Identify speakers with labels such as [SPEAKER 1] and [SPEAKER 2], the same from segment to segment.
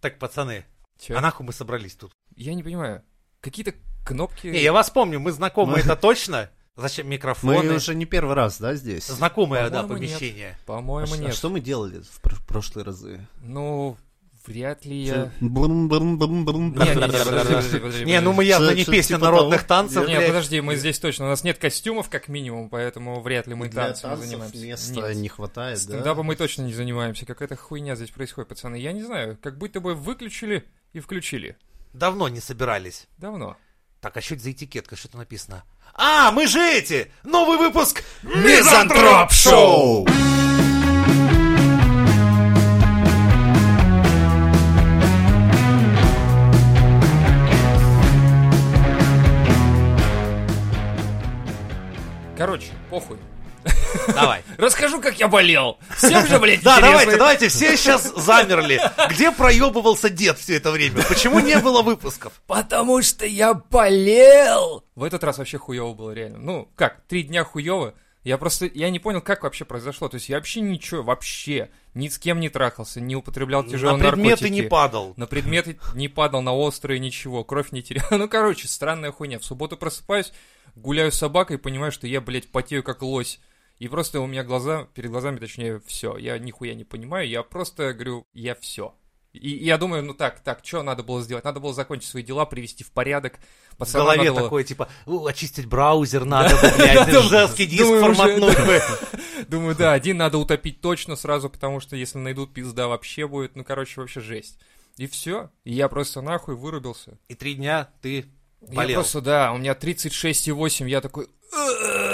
[SPEAKER 1] Так, пацаны,
[SPEAKER 2] Чё?
[SPEAKER 1] а нахуй мы собрались тут?
[SPEAKER 2] Я не понимаю. Какие-то кнопки...
[SPEAKER 1] Не, я вас помню, мы знакомы,
[SPEAKER 3] Мы-
[SPEAKER 1] это точно. Зачем
[SPEAKER 3] Мы
[SPEAKER 1] микрофоны?
[SPEAKER 3] уже не первый раз, да, здесь?
[SPEAKER 1] Знакомое, да,
[SPEAKER 2] По-моему, нет.
[SPEAKER 1] помещение.
[SPEAKER 3] А
[SPEAKER 2] По-моему,
[SPEAKER 3] ш- а
[SPEAKER 2] нет.
[SPEAKER 3] что мы делали в пр- прошлые разы?
[SPEAKER 2] Ну, вряд ли я...
[SPEAKER 3] Блум-блум-блум-блум.
[SPEAKER 1] Не, не, не, подожди, подожди, подожди. Не, ну мы явно
[SPEAKER 3] Что-
[SPEAKER 1] не
[SPEAKER 3] что
[SPEAKER 1] песня
[SPEAKER 3] типа
[SPEAKER 1] народных
[SPEAKER 3] того?
[SPEAKER 1] танцев,
[SPEAKER 2] Не,
[SPEAKER 1] блядь.
[SPEAKER 2] подожди, мы здесь точно. У нас нет костюмов, как минимум, поэтому вряд ли мы
[SPEAKER 3] Для
[SPEAKER 2] танцами
[SPEAKER 3] танцев
[SPEAKER 2] занимаемся.
[SPEAKER 3] места
[SPEAKER 2] Нет.
[SPEAKER 3] не хватает, да?
[SPEAKER 2] Стендапом мы точно не занимаемся. Какая-то хуйня здесь происходит, пацаны. Я не знаю, как будто бы выключили и включили.
[SPEAKER 1] Давно не собирались.
[SPEAKER 2] Давно.
[SPEAKER 1] Так, а что это за этикетка, что-то написано? А, мы же эти! Новый выпуск
[SPEAKER 3] Мизантроп Шоу!
[SPEAKER 2] Короче, похуй.
[SPEAKER 1] Давай.
[SPEAKER 2] Расскажу, как я болел. Всем же, блядь,
[SPEAKER 1] Да, давайте,
[SPEAKER 2] интересно.
[SPEAKER 1] давайте, все сейчас замерли. Где проебывался дед все это время? Почему не было выпусков?
[SPEAKER 2] Потому что я болел! В этот раз вообще хуево было реально. Ну, как, три дня хуево. Я просто, я не понял, как вообще произошло. То есть я вообще ничего, вообще, ни с кем не трахался, не употреблял
[SPEAKER 1] На
[SPEAKER 2] тяжелые
[SPEAKER 1] предметы
[SPEAKER 2] наркотики.
[SPEAKER 1] не падал.
[SPEAKER 2] На предметы не падал, на острые ничего, кровь не терял. Ну, короче, странная хуйня. В субботу просыпаюсь, гуляю с собакой и понимаю, что я, блядь, потею как лось. И просто у меня глаза, перед глазами, точнее, все. Я нихуя не понимаю, я просто говорю, я все. И и я думаю, ну так, так, что надо было сделать? Надо было закончить свои дела, привести в порядок.
[SPEAKER 1] В
[SPEAKER 2] Пацанам
[SPEAKER 1] голове
[SPEAKER 2] надо было-
[SPEAKER 1] такое, типа, «У, очистить браузер надо, бы, блядь, жесткий диск
[SPEAKER 2] Думаю, уже,
[SPEAKER 1] форматнуть бы».
[SPEAKER 2] Думаю, да, один надо утопить точно сразу, потому что если найдут, пизда вообще будет. Ну, короче, вообще жесть. И все. И я просто нахуй вырубился.
[SPEAKER 1] И три дня ты
[SPEAKER 2] Я
[SPEAKER 1] болел.
[SPEAKER 2] просто, да, у меня 36,8, я такой,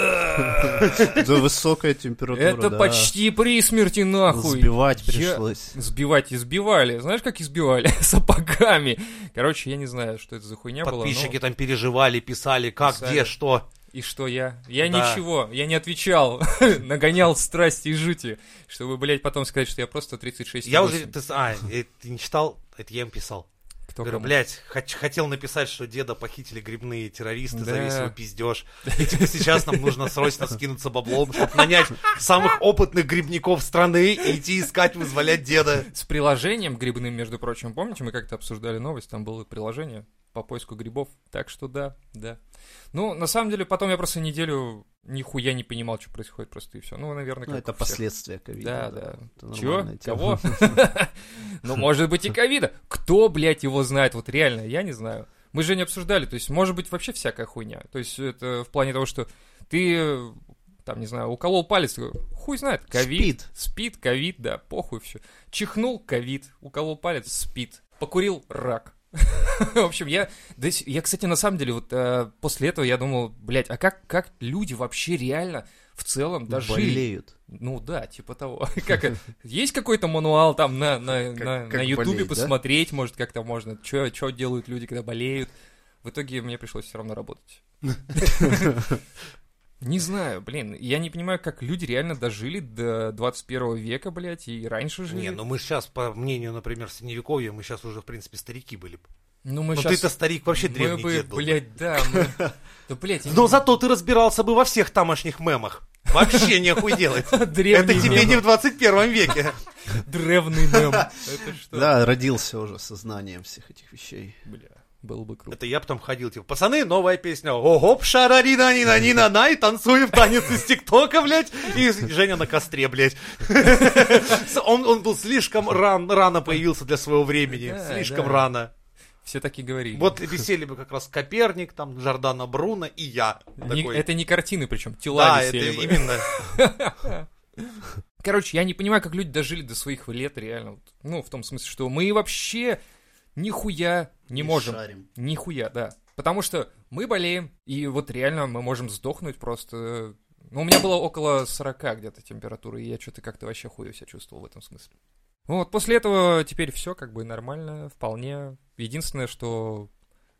[SPEAKER 3] Да, высокая температура,
[SPEAKER 2] это
[SPEAKER 3] да.
[SPEAKER 2] почти при смерти, нахуй.
[SPEAKER 3] Сбивать
[SPEAKER 2] Я-
[SPEAKER 3] пришлось.
[SPEAKER 2] Сбивать избивали. Знаешь, как избивали? Сапогами. Короче, я не знаю, что это за хуйня была. ну,
[SPEAKER 1] Подписчики там переживали, писали, как,
[SPEAKER 2] Писали.
[SPEAKER 1] где, что.
[SPEAKER 2] И что я? Я
[SPEAKER 1] Да.
[SPEAKER 2] ничего, я не отвечал. Нагонял страсти и жути, чтобы, блядь, потом сказать, что я просто 36
[SPEAKER 1] Я уже, ты, с- а, э, ты не читал, это я им писал.
[SPEAKER 2] Кто
[SPEAKER 1] Говорю,
[SPEAKER 2] кому?
[SPEAKER 1] блядь, хоч- хотел написать, что деда похитили грибные террористы за
[SPEAKER 2] Да.
[SPEAKER 1] весь его пиздеж. И типа сейчас нам нужно срочно скинуться баблом, чтобы нанять самых опытных грибников страны и идти искать, вызволять деда.
[SPEAKER 2] С приложением грибным, между прочим, помните, мы как-то обсуждали новость, там было приложение по поиску грибов, так что да, да. Ну, на самом деле, потом я просто неделю нихуя не понимал, что происходит просто и все. Ну, наверное, как
[SPEAKER 3] Ну, это
[SPEAKER 2] у всех.
[SPEAKER 3] последствия
[SPEAKER 2] Да,
[SPEAKER 3] ковида.
[SPEAKER 2] да.
[SPEAKER 3] Это
[SPEAKER 2] Чё?
[SPEAKER 3] нормальная тема.
[SPEAKER 2] Кого? Ну, может быть, и ковида. Кто, блядь, его знает? Вот реально, я не знаю. Мы же не обсуждали, то есть, может быть, вообще всякая хуйня. То есть, это в плане того, что ты, э, там, не знаю, уколол палец, э, хуй знает, ковид.
[SPEAKER 3] Спид.
[SPEAKER 2] Спит, ковид, да, похуй все. Чихнул, ковид, уколол палец, спит. Покурил, рак. В общем, я, да с- я, кстати, на самом деле, вот э, после этого я думал, блядь, а как, как люди вообще реально в целом дожили
[SPEAKER 3] Болеют.
[SPEAKER 2] ну да, типа того. Как, это? есть какой-то мануал там на, на,
[SPEAKER 3] Как-
[SPEAKER 2] на,
[SPEAKER 3] как
[SPEAKER 2] на Ютубе
[SPEAKER 3] болеть, да?
[SPEAKER 2] посмотреть, может, как-то можно, что делают люди, когда болеют. В итоге мне пришлось все равно работать. Не знаю, блин, я не понимаю, как люди реально дожили до 21 века, блядь, и раньше жили.
[SPEAKER 1] Не, ну мы сейчас, по мнению, например, Средневековья, мы сейчас уже, в принципе, старики были. бы.
[SPEAKER 2] Ну, мы
[SPEAKER 1] Но
[SPEAKER 2] щас-
[SPEAKER 1] ты-то старик, вообще
[SPEAKER 2] мы
[SPEAKER 1] древний
[SPEAKER 2] бы,
[SPEAKER 1] дед был. бы.
[SPEAKER 2] блядь, да, мы- да, блядь, я
[SPEAKER 1] Но Ну, зато ты разбирался бы во всех тамошних мемах. Вообще нехуй делать.
[SPEAKER 2] древний
[SPEAKER 1] Это тебе не в 21 веке.
[SPEAKER 2] древний мем. Это что?
[SPEAKER 3] Да, родился уже сознанием всех этих вещей.
[SPEAKER 2] Бля, было бы круто.
[SPEAKER 1] Это я потом ходил, типа, пацаны, новая песня. Ого, шарарина нина нина най, танцуем танец из ТикТока, блядь. И Женя на костре, блядь. С- Он, он был слишком ран, рано появился для своего времени.
[SPEAKER 2] Да,
[SPEAKER 1] слишком
[SPEAKER 2] да.
[SPEAKER 1] рано.
[SPEAKER 2] Все такие говорили.
[SPEAKER 1] Вот висели бы как раз Коперник, там, Жордана Бруно и я.
[SPEAKER 2] Не-
[SPEAKER 1] Такой.
[SPEAKER 2] это не картины, причем тела
[SPEAKER 1] да, это
[SPEAKER 2] висели бы.
[SPEAKER 1] именно.
[SPEAKER 2] Короче, я не понимаю, как люди дожили до своих лет реально. Вот. Ну, в том смысле, что мы вообще нихуя не можем.
[SPEAKER 3] шарим.
[SPEAKER 2] Нихуя, да. Потому что мы болеем, и вот реально мы можем сдохнуть просто... Ну, у меня было около 40 где-то температуры, и я что-то как-то вообще хуево себя чувствовал в этом смысле. Ну Вот, после этого теперь все как бы нормально, вполне. Единственное, что...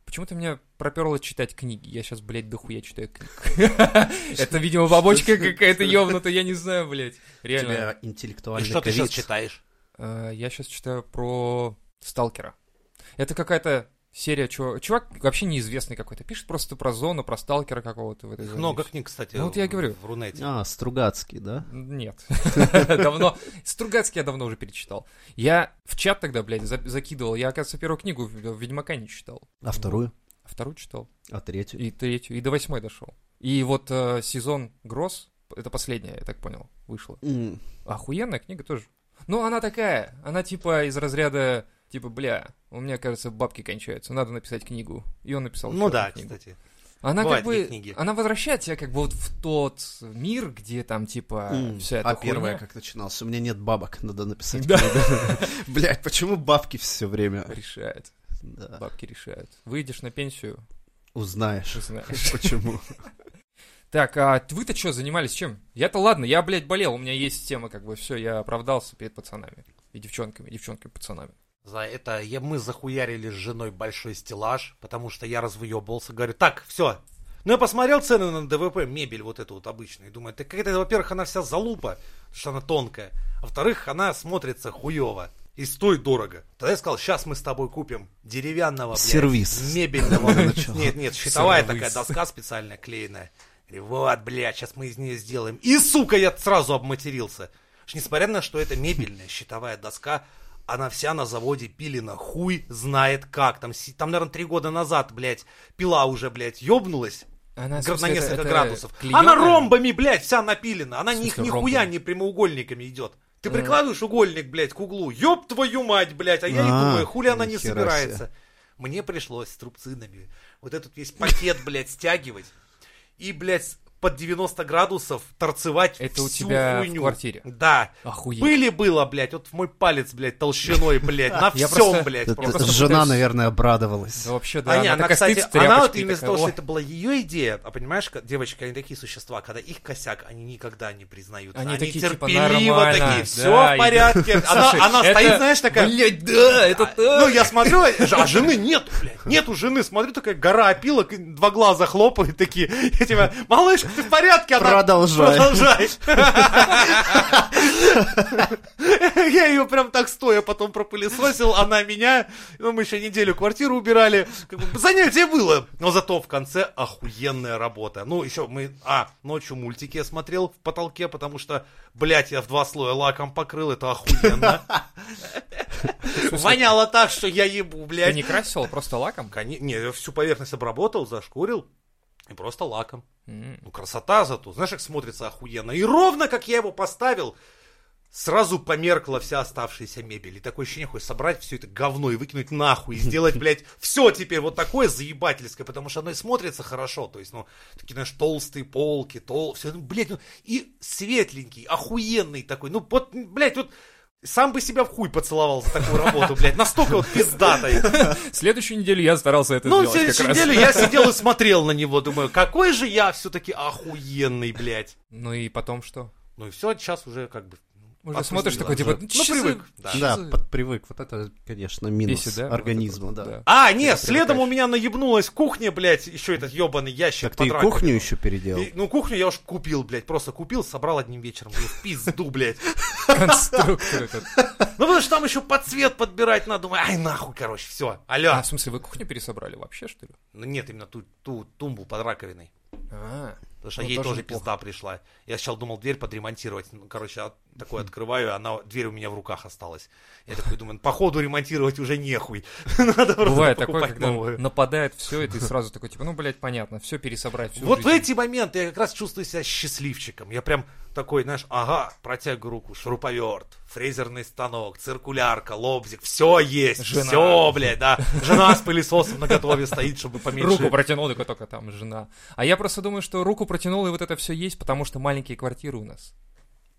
[SPEAKER 2] Почему-то меня проперло читать книги. Я сейчас, блядь, дохуя читаю книг. Это, видимо, бабочка какая-то ёбнутая, я не знаю, блядь. Реально.
[SPEAKER 3] Тебя
[SPEAKER 1] И
[SPEAKER 3] интеллектуальный
[SPEAKER 1] что ты сейчас
[SPEAKER 3] ковид.
[SPEAKER 1] читаешь?
[SPEAKER 2] Э, Я сейчас читаю про Сталкера. Это какая-то серия, чувак, чувак вообще неизвестный какой-то, пишет просто про зону, про сталкера какого-то в этой зоне.
[SPEAKER 1] Много книг, кстати,
[SPEAKER 2] Ну вот я и говорю.
[SPEAKER 1] в Рунете.
[SPEAKER 3] А, Стругацкий, да?
[SPEAKER 2] Нет. Давно. Стругацкий я давно уже перечитал. Я в чат тогда, блядь, за- закидывал. Я, оказывается, первую книгу в- Ведьмака не читал.
[SPEAKER 3] А вторую?
[SPEAKER 2] А Вторую читал.
[SPEAKER 3] А третью?
[SPEAKER 2] И третью. И до восьмой дошел. И вот э, сезон Гросс, это последняя, я так понял, вышла.
[SPEAKER 3] М,
[SPEAKER 2] Охуенная книга тоже. Ну, она такая. Она типа из разряда, типа, бля, у меня, кажется, бабки кончаются, надо написать книгу. И он написал
[SPEAKER 1] Ну
[SPEAKER 2] ещё
[SPEAKER 1] да,
[SPEAKER 2] одну книгу.
[SPEAKER 1] кстати.
[SPEAKER 2] Она
[SPEAKER 1] Бывают
[SPEAKER 2] как бы,
[SPEAKER 1] такие книги.
[SPEAKER 2] она возвращает тебя как бы вот в тот мир, где там, типа,
[SPEAKER 3] м.
[SPEAKER 2] вся эта
[SPEAKER 3] А
[SPEAKER 2] хуйня.
[SPEAKER 3] первая как начиналась? У меня нет бабок, надо написать.
[SPEAKER 2] Да.
[SPEAKER 3] Блять, почему бабки все время?
[SPEAKER 2] Решает.
[SPEAKER 3] Да.
[SPEAKER 2] Бабки решают. Выйдешь на пенсию,
[SPEAKER 3] Узнаешь.
[SPEAKER 2] не знаю.
[SPEAKER 3] Почему?
[SPEAKER 2] Так, а вы-то что занимались чем? Я-то ладно, я, блядь, болел, у меня есть тема, как бы, все, я оправдался перед пацанами. И девчонками, и девчонками, пацанами.
[SPEAKER 1] За это я, мы захуярили с женой большой стеллаж, потому что я развыебывался. Говорю, так, все. Ну, я посмотрел цены на ДВП, мебель вот эту вот обычную. и Думаю, так как это, во-первых, она вся залупа, потому что она тонкая. А во-вторых, она смотрится хуево. И стоит дорого. Тогда я сказал, сейчас мы с тобой купим деревянного, блядь,
[SPEAKER 3] Сервиз.
[SPEAKER 1] мебельного.
[SPEAKER 2] Ну,
[SPEAKER 3] Для начала.
[SPEAKER 1] Нет, нет, щитовая
[SPEAKER 2] Сервиз.
[SPEAKER 1] такая доска специальная клеенная. Говорю, вот, блядь, сейчас мы из нее сделаем. И, сука, я сразу обматерился. Ж Несмотря на что это мебельная щитовая доска, она вся на заводе пилена, хуй знает как. Там, си- там наверное, три года назад, блядь, пила уже, блядь, ёбнулась.
[SPEAKER 2] Она, в
[SPEAKER 1] Гра- на
[SPEAKER 2] смысле, это-
[SPEAKER 1] несколько
[SPEAKER 2] это
[SPEAKER 1] градусов.
[SPEAKER 2] клеёная?
[SPEAKER 1] Она ромбами, блядь, вся напилена. Она
[SPEAKER 2] В
[SPEAKER 1] них
[SPEAKER 2] смысле
[SPEAKER 1] нихуя
[SPEAKER 2] ромбами?
[SPEAKER 1] не прямоугольниками идет. Ты
[SPEAKER 2] Э.
[SPEAKER 1] прикладываешь угольник, блядь, к углу. Ёб твою мать, блядь. А я и
[SPEAKER 3] А,
[SPEAKER 1] думаю, хули она не
[SPEAKER 3] нихера
[SPEAKER 1] собирается. Мне пришлось с трубцинами вот этот весь пакет, блядь, стягивать. И, блядь, под 90 градусов торцевать
[SPEAKER 2] Это у
[SPEAKER 1] всю
[SPEAKER 2] тебя в
[SPEAKER 1] хуйню.
[SPEAKER 2] квартире?
[SPEAKER 1] Да.
[SPEAKER 2] Охуеть.
[SPEAKER 1] Пыли было, блядь, вот в мой палец, блядь, толщиной, блядь, на
[SPEAKER 2] Я
[SPEAKER 1] всем,
[SPEAKER 2] просто-
[SPEAKER 1] блядь.
[SPEAKER 3] Это-
[SPEAKER 1] просто.
[SPEAKER 2] просто
[SPEAKER 3] Жена,
[SPEAKER 2] пытаюсь-
[SPEAKER 3] наверное, обрадовалась.
[SPEAKER 2] Да вообще, да.
[SPEAKER 1] А не, она,
[SPEAKER 2] такая
[SPEAKER 1] кстати,
[SPEAKER 2] стоит с
[SPEAKER 1] она вот
[SPEAKER 2] тряпочкой
[SPEAKER 1] именно из-за
[SPEAKER 2] такая,
[SPEAKER 1] того,
[SPEAKER 2] «О,
[SPEAKER 1] что это была ее идея, а понимаешь, как- девочки, они такие существа, когда их косяк, они никогда не признают.
[SPEAKER 2] Они такие, типа,
[SPEAKER 1] терпеливо
[SPEAKER 2] «Нормально,
[SPEAKER 1] такие,
[SPEAKER 2] да,
[SPEAKER 1] все в
[SPEAKER 2] и-
[SPEAKER 1] порядке.
[SPEAKER 2] Слушай,
[SPEAKER 1] Она, она
[SPEAKER 2] это-
[SPEAKER 1] стоит, знаешь, такая...
[SPEAKER 2] Блядь, да, это
[SPEAKER 1] а,
[SPEAKER 2] так.
[SPEAKER 1] Ну, я смотрю, а жены нету, блядь, нету жены. Смотрю, такая гора опилок, и два глаза хлопают такие. Я тебя, малышка, ты в порядке? Она,
[SPEAKER 3] Продолжай.
[SPEAKER 1] Продолжай. Я ее прям так стоя потом пропылесосил, она меня. Ну, мы еще неделю квартиру убирали. Как бы занятие было. Но зато в конце охуенная работа. Ну, еще мы... А, ночью мультики я смотрел в потолке, потому что, блядь, я в два слоя лаком покрыл, это охуенно. Воняло так, что я ебу,
[SPEAKER 2] Ты
[SPEAKER 1] блядь.
[SPEAKER 2] не красил, просто лаком?
[SPEAKER 1] Коне- Не, я всю поверхность обработал, зашкурил и просто лаком.
[SPEAKER 2] М.
[SPEAKER 1] Ну, красота зато. Знаешь, как смотрится охуенно. И ровно как я его поставил, сразу померкла вся оставшаяся мебель. И такое ощущение, хоть собрать все это говно и выкинуть нахуй. И сделать, блядь, все теперь вот такое заебательское, потому что оно и смотрится хорошо. То есть, ну, такие, знаешь, толстые полки, тол... Все, ну, блядь, ну, и светленький, охуенный такой. Ну, вот, блядь, вот сам бы себя в хуй поцеловал за такую работу, блядь. Настолько вот пиздатая.
[SPEAKER 2] Следующую неделю я старался это
[SPEAKER 1] Ну, в
[SPEAKER 2] сделать как
[SPEAKER 1] следующей
[SPEAKER 2] раз.
[SPEAKER 1] неделе я сидел и смотрел на него, думаю, какой же я все-таки охуенный, блядь.
[SPEAKER 2] Ну и потом что?
[SPEAKER 1] Ну и все, сейчас уже как бы... ну,
[SPEAKER 2] Уже смотришь
[SPEAKER 1] отпустила
[SPEAKER 2] такой, типа,
[SPEAKER 1] уже.
[SPEAKER 2] ну,
[SPEAKER 1] ну,
[SPEAKER 2] часы-
[SPEAKER 1] привык. Да.
[SPEAKER 2] часы
[SPEAKER 3] Да, подпривык. Вот это, конечно, минус
[SPEAKER 2] бесит, да? вот
[SPEAKER 3] организма,
[SPEAKER 2] это вот,
[SPEAKER 3] да.
[SPEAKER 1] А, нет, следом
[SPEAKER 2] привыкаешь.
[SPEAKER 1] у меня наебнулась кухня, блядь, еще этот ебаный ящик
[SPEAKER 3] Так ты и
[SPEAKER 1] подракивал.
[SPEAKER 3] кухню еще переделал?
[SPEAKER 1] И- ну, кухню я уж купил, блядь, просто купил, собрал одним вечером, блядь, в пизду, блядь.
[SPEAKER 2] Конструктор этот.
[SPEAKER 1] Ну, потому что там еще под цвет подбирать надо, думаю, ай, нахуй, короче, все, алло.
[SPEAKER 2] А, в смысле, вы кухню пересобрали вообще, что ли?
[SPEAKER 1] Ну, нет, именно ту, ту тумбу под раковиной,
[SPEAKER 2] А,
[SPEAKER 1] потому что
[SPEAKER 2] Ну,
[SPEAKER 1] ей
[SPEAKER 2] тоже
[SPEAKER 1] тоже,
[SPEAKER 2] неплохо.
[SPEAKER 1] пизда пришла. Я сначала думал дверь подремонтировать, ну, короче, я
[SPEAKER 2] Хм.
[SPEAKER 1] такой открываю, она, дверь у меня в руках осталась. Я такой думаю, «Ну, походу ремонтировать уже нехуй, надо просто
[SPEAKER 2] Бывает такое,
[SPEAKER 1] покупать
[SPEAKER 2] когда
[SPEAKER 1] новую.
[SPEAKER 2] нападает все, и ты сразу такой, типа, ну, блядь, понятно, все пересобрать, всю
[SPEAKER 1] Вот в
[SPEAKER 2] жизнь.
[SPEAKER 1] эти моменты я как раз чувствую себя счастливчиком. Я прям такой, знаешь, ага, протягиваю руку, шуруповерт, фрезерный станок, циркулярка, лобзик, все есть,
[SPEAKER 2] Жена.
[SPEAKER 1] все, блядь, да. Жена с пылесосом на готове стоит, чтобы поменьше.
[SPEAKER 2] Руку протянул, такой только там жена. А я просто думаю, что руку протянул, и вот это все есть, потому что маленькие квартиры у нас.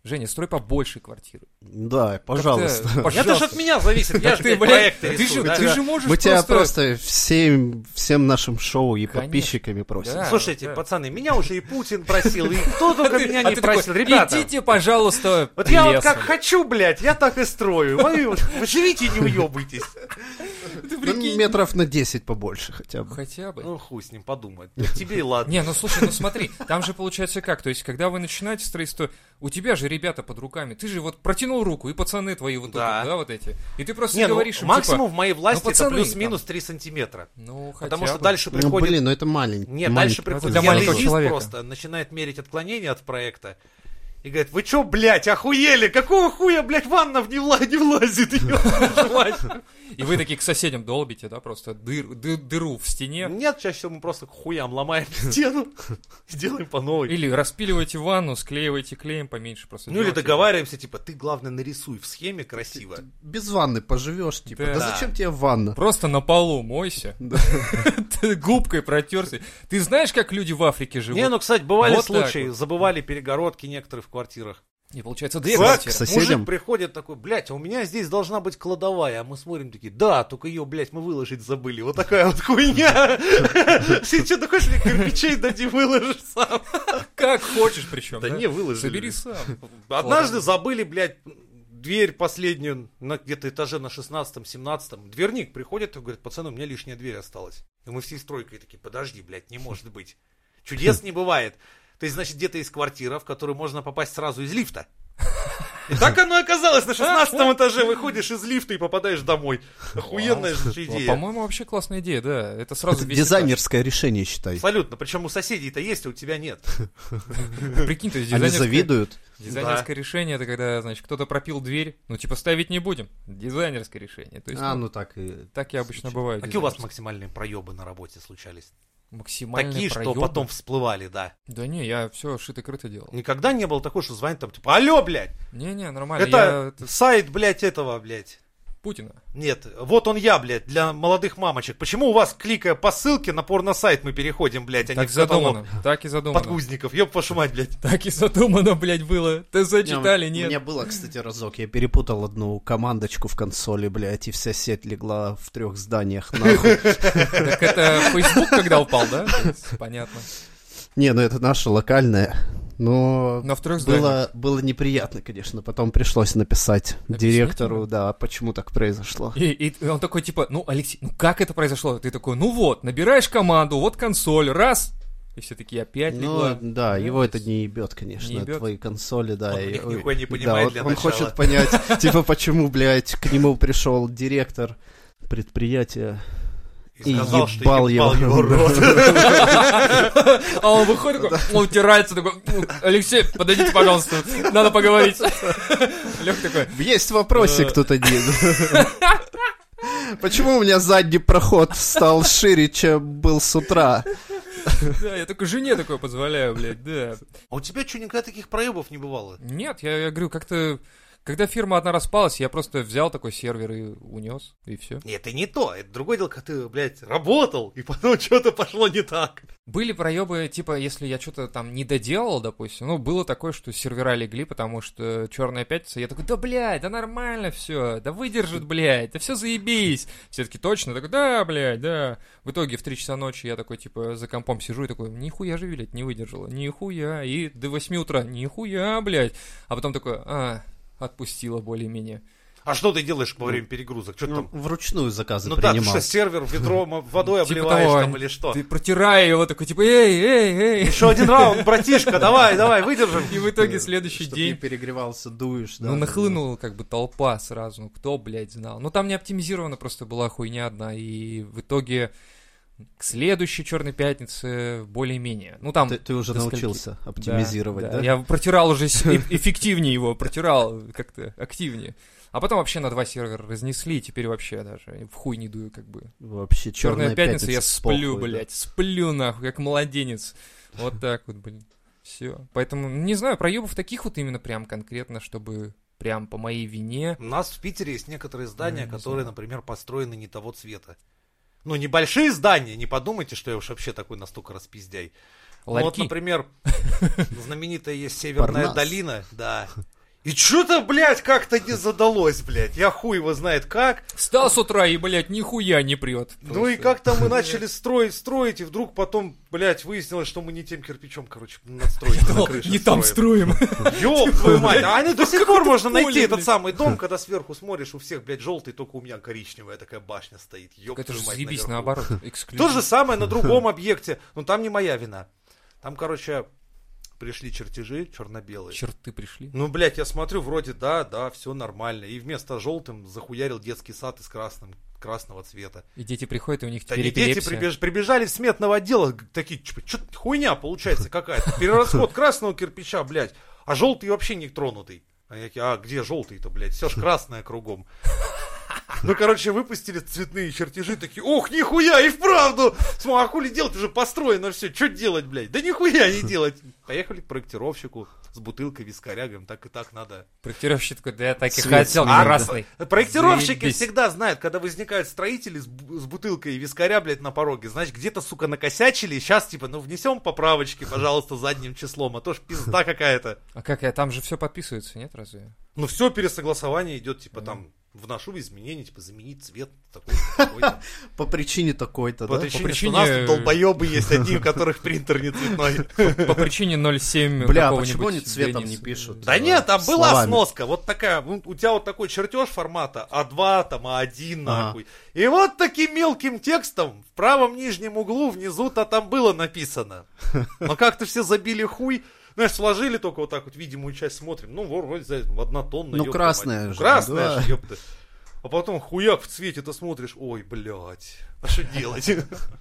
[SPEAKER 2] Женя, строй побольше квартиры.
[SPEAKER 3] Да, пожалуйста.
[SPEAKER 2] Как-то,
[SPEAKER 1] Это же
[SPEAKER 2] пожалуйста.
[SPEAKER 1] от меня зависит, я
[SPEAKER 2] Так
[SPEAKER 1] же
[SPEAKER 2] ты,
[SPEAKER 1] блядь,
[SPEAKER 2] блядь,
[SPEAKER 1] проекты
[SPEAKER 2] ты
[SPEAKER 1] рисую,
[SPEAKER 2] же,
[SPEAKER 1] да.
[SPEAKER 2] ты же можешь
[SPEAKER 3] Мы тебя
[SPEAKER 2] просто...
[SPEAKER 3] просто всем, всем нашим шоу и
[SPEAKER 2] Конечно.
[SPEAKER 3] подписчиками просим.
[SPEAKER 2] Да.
[SPEAKER 1] Слушайте,
[SPEAKER 2] А, да.
[SPEAKER 1] пацаны, меня уже и Путин просил, и кто
[SPEAKER 2] А
[SPEAKER 1] только
[SPEAKER 2] ты-
[SPEAKER 1] меня
[SPEAKER 2] а
[SPEAKER 1] не
[SPEAKER 2] ты такой,
[SPEAKER 1] просил. Ребята,
[SPEAKER 2] Идите, пожалуйста,
[SPEAKER 1] вот я вот
[SPEAKER 2] лесом.
[SPEAKER 1] как хочу, блядь, я так и строю. Вы вы живите и не уебайтесь.
[SPEAKER 2] Ты
[SPEAKER 3] Ну,
[SPEAKER 2] прикинь.
[SPEAKER 3] метров на 10 побольше хотя бы.
[SPEAKER 2] Хотя бы.
[SPEAKER 1] Ну, хуй с ним подумать. Ну, Тебе и ладно.
[SPEAKER 2] ну, Не, ну слушай, ну смотри, там же получается как, то есть когда вы начинаете строительство, у тебя же ребята под руками. Ты же вот протянул руку, и пацаны твои вот
[SPEAKER 1] Да.
[SPEAKER 2] тут, да, вот эти. И ты просто
[SPEAKER 1] Не, ну,
[SPEAKER 2] говоришь им,
[SPEAKER 1] максимум в
[SPEAKER 2] типа,
[SPEAKER 1] моей власти
[SPEAKER 2] «Ну, пацаны,
[SPEAKER 1] это плюс-минус 3 сантиметра.
[SPEAKER 2] ну, хотя
[SPEAKER 1] Потому что
[SPEAKER 2] бы».
[SPEAKER 1] дальше
[SPEAKER 3] Ну,
[SPEAKER 1] приходит...
[SPEAKER 3] блин, ну это маленький.
[SPEAKER 1] Нет, дальше приходит
[SPEAKER 2] для маленького
[SPEAKER 1] геодезист
[SPEAKER 2] человека.
[SPEAKER 1] просто, начинает мерить отклонение от проекта. И говорит, вы чё, блядь, охуели? Какого хуя, блядь, ванна в не, вла- не влазит? ёбаную мать?»
[SPEAKER 2] И вы такие к соседям долбите, да, просто дыр- ды- дыру в стене.
[SPEAKER 1] Нет, чаще всего мы просто к хуям ломаем стену и делаем по новой.
[SPEAKER 2] Или распиливаете ванну, склеиваете клеем поменьше просто.
[SPEAKER 1] Ну или
[SPEAKER 2] делаете.
[SPEAKER 1] договариваемся, типа, ты, главное, нарисуй в схеме красиво.
[SPEAKER 3] Без ванны поживешь, типа.
[SPEAKER 2] Типа, Да.
[SPEAKER 3] Да, зачем тебе ванна?
[SPEAKER 2] Просто на полу мойся. Ты губкой протерся. Ты знаешь, как люди в Африке живут?
[SPEAKER 1] Не, ну, кстати, бывали
[SPEAKER 2] Вот так
[SPEAKER 1] случаи, забывали перегородки некоторые в квартирах.
[SPEAKER 2] И получается две
[SPEAKER 1] Как,
[SPEAKER 2] квартиры.
[SPEAKER 3] кстати? Соседям?
[SPEAKER 1] Мужик приходит такой, блядь, а у меня здесь должна быть кладовая, а мы смотрим такие, да, только ее, блядь, мы выложить забыли. Вот такая вот хуйня. Ты что, ты хочешь мне кирпичей дать и выложишь сам?
[SPEAKER 2] Как хочешь причем.
[SPEAKER 1] Да не, выложили.
[SPEAKER 2] Собери сам.
[SPEAKER 1] Однажды забыли, блядь, дверь последнюю на где-то этаже на 16-17. Дверник приходит и говорит, пацаны, у меня лишняя дверь осталась. И мы всей стройкой такие, подожди, блядь, не может быть. Чудес не бывает. То есть, значит, где-то есть квартира, в которую можно попасть сразу из лифта. И так оно и оказалось. На 16
[SPEAKER 2] А?
[SPEAKER 1] этаже выходишь из лифта и попадаешь домой. Охуенная же
[SPEAKER 2] Ну,
[SPEAKER 1] идея.
[SPEAKER 2] По-моему, вообще классная идея, да. Это сразу
[SPEAKER 3] Это
[SPEAKER 2] весь этаж.
[SPEAKER 3] дизайнерское решение, считай.
[SPEAKER 1] Абсолютно. Причем у соседей-то есть, а у тебя нет.
[SPEAKER 2] Прикинь, то есть
[SPEAKER 3] Они
[SPEAKER 2] дизайнерское-
[SPEAKER 3] завидуют.
[SPEAKER 2] Дизайнерское решение это когда, значит, кто-то пропил дверь, ну типа ставить не будем. Дизайнерское решение. То есть,
[SPEAKER 3] А,
[SPEAKER 2] ну,
[SPEAKER 3] ну так и...
[SPEAKER 2] так и обычно бывает.
[SPEAKER 1] А Какие у вас
[SPEAKER 2] дизайнерское.
[SPEAKER 1] максимальные проебы на работе случались?
[SPEAKER 2] максимальные
[SPEAKER 1] Такие, что
[SPEAKER 2] проёбы?
[SPEAKER 1] потом всплывали, да.
[SPEAKER 2] Да не, я все шито-крыто делал.
[SPEAKER 1] Никогда не было такого, что звонит там, типа, алло, блядь,
[SPEAKER 2] Не-не, нормально.
[SPEAKER 1] это,
[SPEAKER 2] А, Я это,
[SPEAKER 1] сайт, блядь, этого, блядь.
[SPEAKER 2] Путина.
[SPEAKER 1] Нет, вот он я, блядь, для молодых мамочек. Почему у вас, кликая по ссылке, на порно-сайт мы переходим, блядь, а не
[SPEAKER 2] так
[SPEAKER 1] в каталог
[SPEAKER 2] задумано. Так и задумано.
[SPEAKER 1] подгузников? Ёб вашу мать, блядь.
[SPEAKER 2] Так и задумано, блядь, было. ТЗ читали,
[SPEAKER 3] Не,
[SPEAKER 2] нет.
[SPEAKER 3] У меня было, кстати, разок. Я перепутал одну командочку в консоли, блядь, и вся сеть легла в трех зданиях, нахуй.
[SPEAKER 2] Так это Facebook когда упал, да? То есть, Понятно.
[SPEAKER 3] Не, ну это наша локальная. Но
[SPEAKER 2] На вторых зданиях.
[SPEAKER 3] было, было неприятно, конечно. Потом пришлось написать директору, да, почему так произошло.
[SPEAKER 2] И, и он такой, типа, ну, Алексей, ну как это произошло? Ты такой, ну вот, набираешь команду, вот консоль, раз. И все такие опять
[SPEAKER 3] Ну,
[SPEAKER 2] легла.
[SPEAKER 3] да,
[SPEAKER 2] Ну,
[SPEAKER 3] его это не ебет, конечно,
[SPEAKER 2] не ебёт?
[SPEAKER 3] твои консоли, да.
[SPEAKER 1] Он
[SPEAKER 3] и-
[SPEAKER 1] их нихуя
[SPEAKER 3] ой,
[SPEAKER 1] не
[SPEAKER 3] да,
[SPEAKER 1] понимает
[SPEAKER 3] он-
[SPEAKER 1] для
[SPEAKER 3] Он
[SPEAKER 1] начала.
[SPEAKER 3] хочет понять, типа, почему, блядь, к нему пришел директор предприятия. И ебал его.
[SPEAKER 1] рот.
[SPEAKER 2] А он выходит такой, он утирается, такой, «Ну, Алексей, подойдите, пожалуйста, надо поговорить. Лех такой,
[SPEAKER 3] Есть вопросик
[SPEAKER 2] Э.
[SPEAKER 3] тут один. Почему у меня задний проход стал шире, чем был с утра?
[SPEAKER 2] да, я только жене такое позволяю, блядь, да.
[SPEAKER 1] А у тебя что, никогда таких проебов не бывало?
[SPEAKER 2] Нет, я, я говорю, как-то... Когда фирма одна распалась, я просто взял такой сервер и унес, и все.
[SPEAKER 1] Нет, это не то. Это другое дело, когда ты, блядь, работал, и потом что-то пошло не так.
[SPEAKER 2] Были проебы, типа, если я что-то там не доделал, допустим, ну, было такое, что сервера легли, потому что Черная Пятница, я такой, да, блядь, да нормально все, да выдержит, блядь, да все заебись. Все таки точно, такой, да, блядь, да. В итоге в 3 часа ночи я такой, типа, за компом сижу и такой, нихуя же, блядь, не выдержала, нихуя. И до 8 утра, нихуя, блядь. А потом такой, а, отпустила более-менее.
[SPEAKER 1] А что ты делаешь во время перегрузок? Что ты там?
[SPEAKER 3] Вручную заказы
[SPEAKER 1] Ну да, ты
[SPEAKER 3] Ну, принимал.
[SPEAKER 1] что, сервер ведром об- водой
[SPEAKER 2] Типа
[SPEAKER 1] обливаешь
[SPEAKER 2] того,
[SPEAKER 1] там или что?
[SPEAKER 2] Ты протирая его такой, типа, эй, эй, эй.
[SPEAKER 1] Еще один раунд, братишка, давай, давай, выдержим.
[SPEAKER 2] И в итоге следующий
[SPEAKER 3] Э, Чтоб
[SPEAKER 2] день
[SPEAKER 3] не перегревался, дуешь, да.
[SPEAKER 2] Ну, нахлынула как бы толпа сразу, ну, кто, блядь, знал. Ну, там не оптимизирована просто была хуйня одна, и в итоге к следующей Черной Пятнице более-менее. Ну, там...
[SPEAKER 3] Ты, ты уже
[SPEAKER 2] до скольки?
[SPEAKER 3] научился оптимизировать, да?
[SPEAKER 2] Я протирал уже с- э- эффективнее его, протирал как-то активнее. А потом вообще на два сервера разнесли, и теперь вообще даже в хуй не дую, как бы.
[SPEAKER 3] Вообще, черная,
[SPEAKER 2] Черная пятница, я сплю,
[SPEAKER 3] похуй, да.
[SPEAKER 2] блядь, сплю нахуй, как младенец. Вот так вот, блин. Все. Поэтому, не знаю, проебов таких вот именно прям конкретно, чтобы прям по моей вине.
[SPEAKER 1] У нас в Питере есть некоторые здания,
[SPEAKER 2] Я не
[SPEAKER 1] которые,
[SPEAKER 2] знаю.
[SPEAKER 1] например, построены не того цвета. Ну, небольшие здания, не подумайте, что я уж вообще такой настолько распиздяй. Ну, Вот,
[SPEAKER 2] Ларьки.
[SPEAKER 1] например, знаменитая есть Северная
[SPEAKER 3] Парнас.
[SPEAKER 1] долина, да. И что-то, блядь, как-то не задалось, блядь. Я хуй его знает как.
[SPEAKER 2] Встал с утра и, блядь, нихуя не прет.
[SPEAKER 1] Ну и как-то мы начали строить, строить, и вдруг потом, блядь, выяснилось, что мы не тем кирпичом, короче, надстроили на крыше.
[SPEAKER 2] Не там
[SPEAKER 1] строим.
[SPEAKER 2] строим.
[SPEAKER 1] Ёб твою мать, а
[SPEAKER 2] Ну,
[SPEAKER 1] они до сих пор можно
[SPEAKER 2] поле,
[SPEAKER 1] найти этот
[SPEAKER 2] блядь.
[SPEAKER 1] самый дом, когда сверху смотришь, у всех, блядь, желтый, только у меня коричневая такая башня стоит. Ёб
[SPEAKER 2] Это же
[SPEAKER 1] твою мать,
[SPEAKER 2] заебись,
[SPEAKER 1] наверху.
[SPEAKER 2] наоборот.
[SPEAKER 1] То
[SPEAKER 2] эксклюзив.
[SPEAKER 1] Ну, же самое на другом объекте, но там не моя вина. Там, короче, пришли чертежи черно-белые.
[SPEAKER 2] Черты пришли.
[SPEAKER 1] Ну, блядь, я смотрю, вроде да, да, все нормально. И вместо желтым захуярил детский сад из красным, красного цвета.
[SPEAKER 2] И дети приходят, и у них
[SPEAKER 1] Да
[SPEAKER 2] теперь
[SPEAKER 1] и дети
[SPEAKER 2] эпилепсия.
[SPEAKER 1] прибеж- прибежали с сметного отдела, г- такие, что хуйня получается какая-то. Перерасход красного кирпича, блядь, а желтый вообще не тронутый. А я такие, а где желтый-то, блядь, все ж красное кругом. Ну, короче, выпустили цветные чертежи, такие, ох, нихуя, и вправду! Смотри, а хули делать уже построено все, что делать, блядь? Да нихуя не делать! Поехали к проектировщику с бутылкой вискаря, говорим, так и так надо.
[SPEAKER 2] Проектировщик такой, да я так и
[SPEAKER 3] Цвет.
[SPEAKER 2] хотел,
[SPEAKER 1] А,
[SPEAKER 2] красный.
[SPEAKER 1] Проектировщики
[SPEAKER 2] Заебись.
[SPEAKER 1] всегда знают, когда возникают строители с, бу- с бутылкой вискаря, блядь, на пороге, значит, где-то, сука, накосячили, сейчас, типа, ну, внесем поправочки, пожалуйста, задним числом, а то ж пизда какая-то.
[SPEAKER 2] А как, я там же все подписывается, нет, разве?
[SPEAKER 1] Ну, все пересогласование идет, типа, там, вношу изменения, типа, заменить цвет такой, такой.
[SPEAKER 3] По причине такой-то,
[SPEAKER 1] По
[SPEAKER 3] да?
[SPEAKER 1] причине, что
[SPEAKER 2] причине-
[SPEAKER 1] у нас тут долбоебы есть одни, у которых принтер не цветной.
[SPEAKER 2] По причине 0,7
[SPEAKER 1] а
[SPEAKER 3] Бля, а
[SPEAKER 2] какого-нибудь
[SPEAKER 3] почему они цветом не
[SPEAKER 2] Дениса.
[SPEAKER 3] пишут?
[SPEAKER 1] Да нет, там была
[SPEAKER 3] словами.
[SPEAKER 1] сноска, вот такая, ну, у тебя вот такой чертеж формата, А2, там, А1,
[SPEAKER 3] Ага.
[SPEAKER 1] нахуй. И вот таким мелким текстом в правом нижнем углу внизу-то там было написано. Но как-то все забили хуй, знаешь, сложили только вот так вот видимую часть, смотрим, ну, вор- вроде знаете, однотонная,
[SPEAKER 3] Ну,
[SPEAKER 1] ёпта
[SPEAKER 3] красная
[SPEAKER 1] мать. Ну,
[SPEAKER 3] же,
[SPEAKER 1] красная
[SPEAKER 3] да.
[SPEAKER 1] же, ёпта. А потом хуяк в цвете ты смотришь, ой, блядь, а что делать?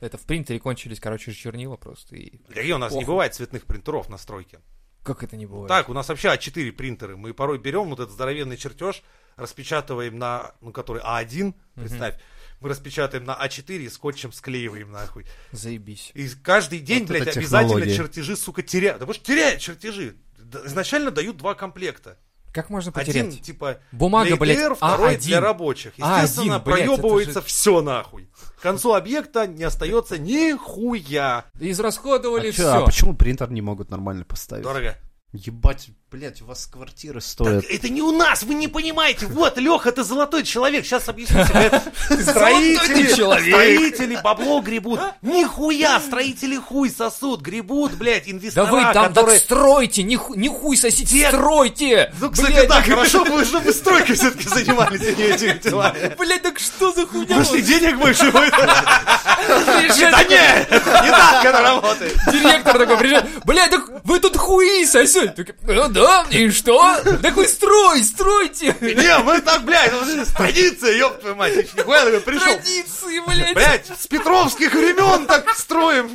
[SPEAKER 2] Это в принтере кончились, короче, чернила просто. И
[SPEAKER 1] Да и у нас не
[SPEAKER 2] Похуй.
[SPEAKER 1] бывает цветных принтеров на стройке.
[SPEAKER 2] как это не бывает?
[SPEAKER 1] Так, у нас вообще А4 принтеры. Мы порой берем вот этот здоровенный чертеж, распечатываем на, ну, который А1, представь, мы распечатаем на А4 и скотчем склеиваем нахуй.
[SPEAKER 2] Заебись.
[SPEAKER 1] И каждый день,
[SPEAKER 3] Вот это
[SPEAKER 1] блядь, обязательно
[SPEAKER 3] технологии.
[SPEAKER 1] чертежи, сука, теряют. Да потому что теряют чертежи. Д- Изначально дают два комплекта.
[SPEAKER 2] Как можно
[SPEAKER 1] Один,
[SPEAKER 2] потерять?
[SPEAKER 1] типа,
[SPEAKER 2] Бумага,
[SPEAKER 1] для
[SPEAKER 2] блядь, А
[SPEAKER 1] ETR, второй
[SPEAKER 2] А1.
[SPEAKER 1] для рабочих.
[SPEAKER 2] А1,
[SPEAKER 1] Естественно,
[SPEAKER 2] блядь, это
[SPEAKER 1] проебывается
[SPEAKER 2] же-
[SPEAKER 1] все нахуй. К концу объекта не остается нихуя.
[SPEAKER 2] Израсходовали
[SPEAKER 3] А, чё, а
[SPEAKER 2] все.
[SPEAKER 3] почему принтер не могут нормально поставить?
[SPEAKER 1] Дорого.
[SPEAKER 3] Ебать, блядь, у вас квартиры стоят.
[SPEAKER 1] Так это не у нас, вы не понимаете. Вот, Леха, ты золотой человек. Сейчас объясню тебе. Это Строители,
[SPEAKER 2] ты человек.
[SPEAKER 1] строители бабло гребут. Нихуя, строители хуй сосут, гребут, блядь,
[SPEAKER 2] Да
[SPEAKER 1] инвестора,
[SPEAKER 2] вы там так
[SPEAKER 1] которые...
[SPEAKER 2] стройте, не, ху- не хуй сосите,
[SPEAKER 1] Нет.
[SPEAKER 2] стройте!
[SPEAKER 1] Ну, кстати,
[SPEAKER 2] Блядь,
[SPEAKER 1] да, хорошо бы, чтобы стройкой все-таки занимались, а не этими делами.
[SPEAKER 2] Блять, так что за хуйня?
[SPEAKER 1] Потому что денег больше будет.
[SPEAKER 2] Вот приезжает
[SPEAKER 1] Да
[SPEAKER 2] такой
[SPEAKER 1] не, не так это работает.
[SPEAKER 2] Директор такой приезжает, блядь, так вы тут хуи сосете. Такой, Ну да, и что? Такой, строй, стройте.
[SPEAKER 1] Не, мы так, блядь, это же традиция, ёб твою мать. Нихуя такой пришел.
[SPEAKER 2] Традиции, блядь.
[SPEAKER 1] Блядь, с петровских времен так строим.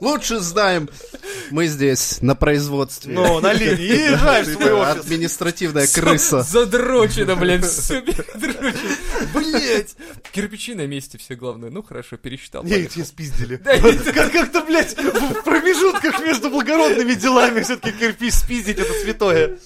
[SPEAKER 3] Лучше знаем. Мы здесь, на производстве.
[SPEAKER 1] Ну, на линии, езжай в свой офис.
[SPEAKER 3] Административная крыса.
[SPEAKER 2] Задрочено, блядь, все передрочено. Блядь. Кирпичи на месте все главное. Ну хорошо, пересчитал.
[SPEAKER 1] Не,
[SPEAKER 2] понял.
[SPEAKER 1] их тебе спиздили.
[SPEAKER 2] Да, и-
[SPEAKER 1] Как- Как-то, блядь, в промежутках между благородными делами все-таки кирпич спиздить это святое.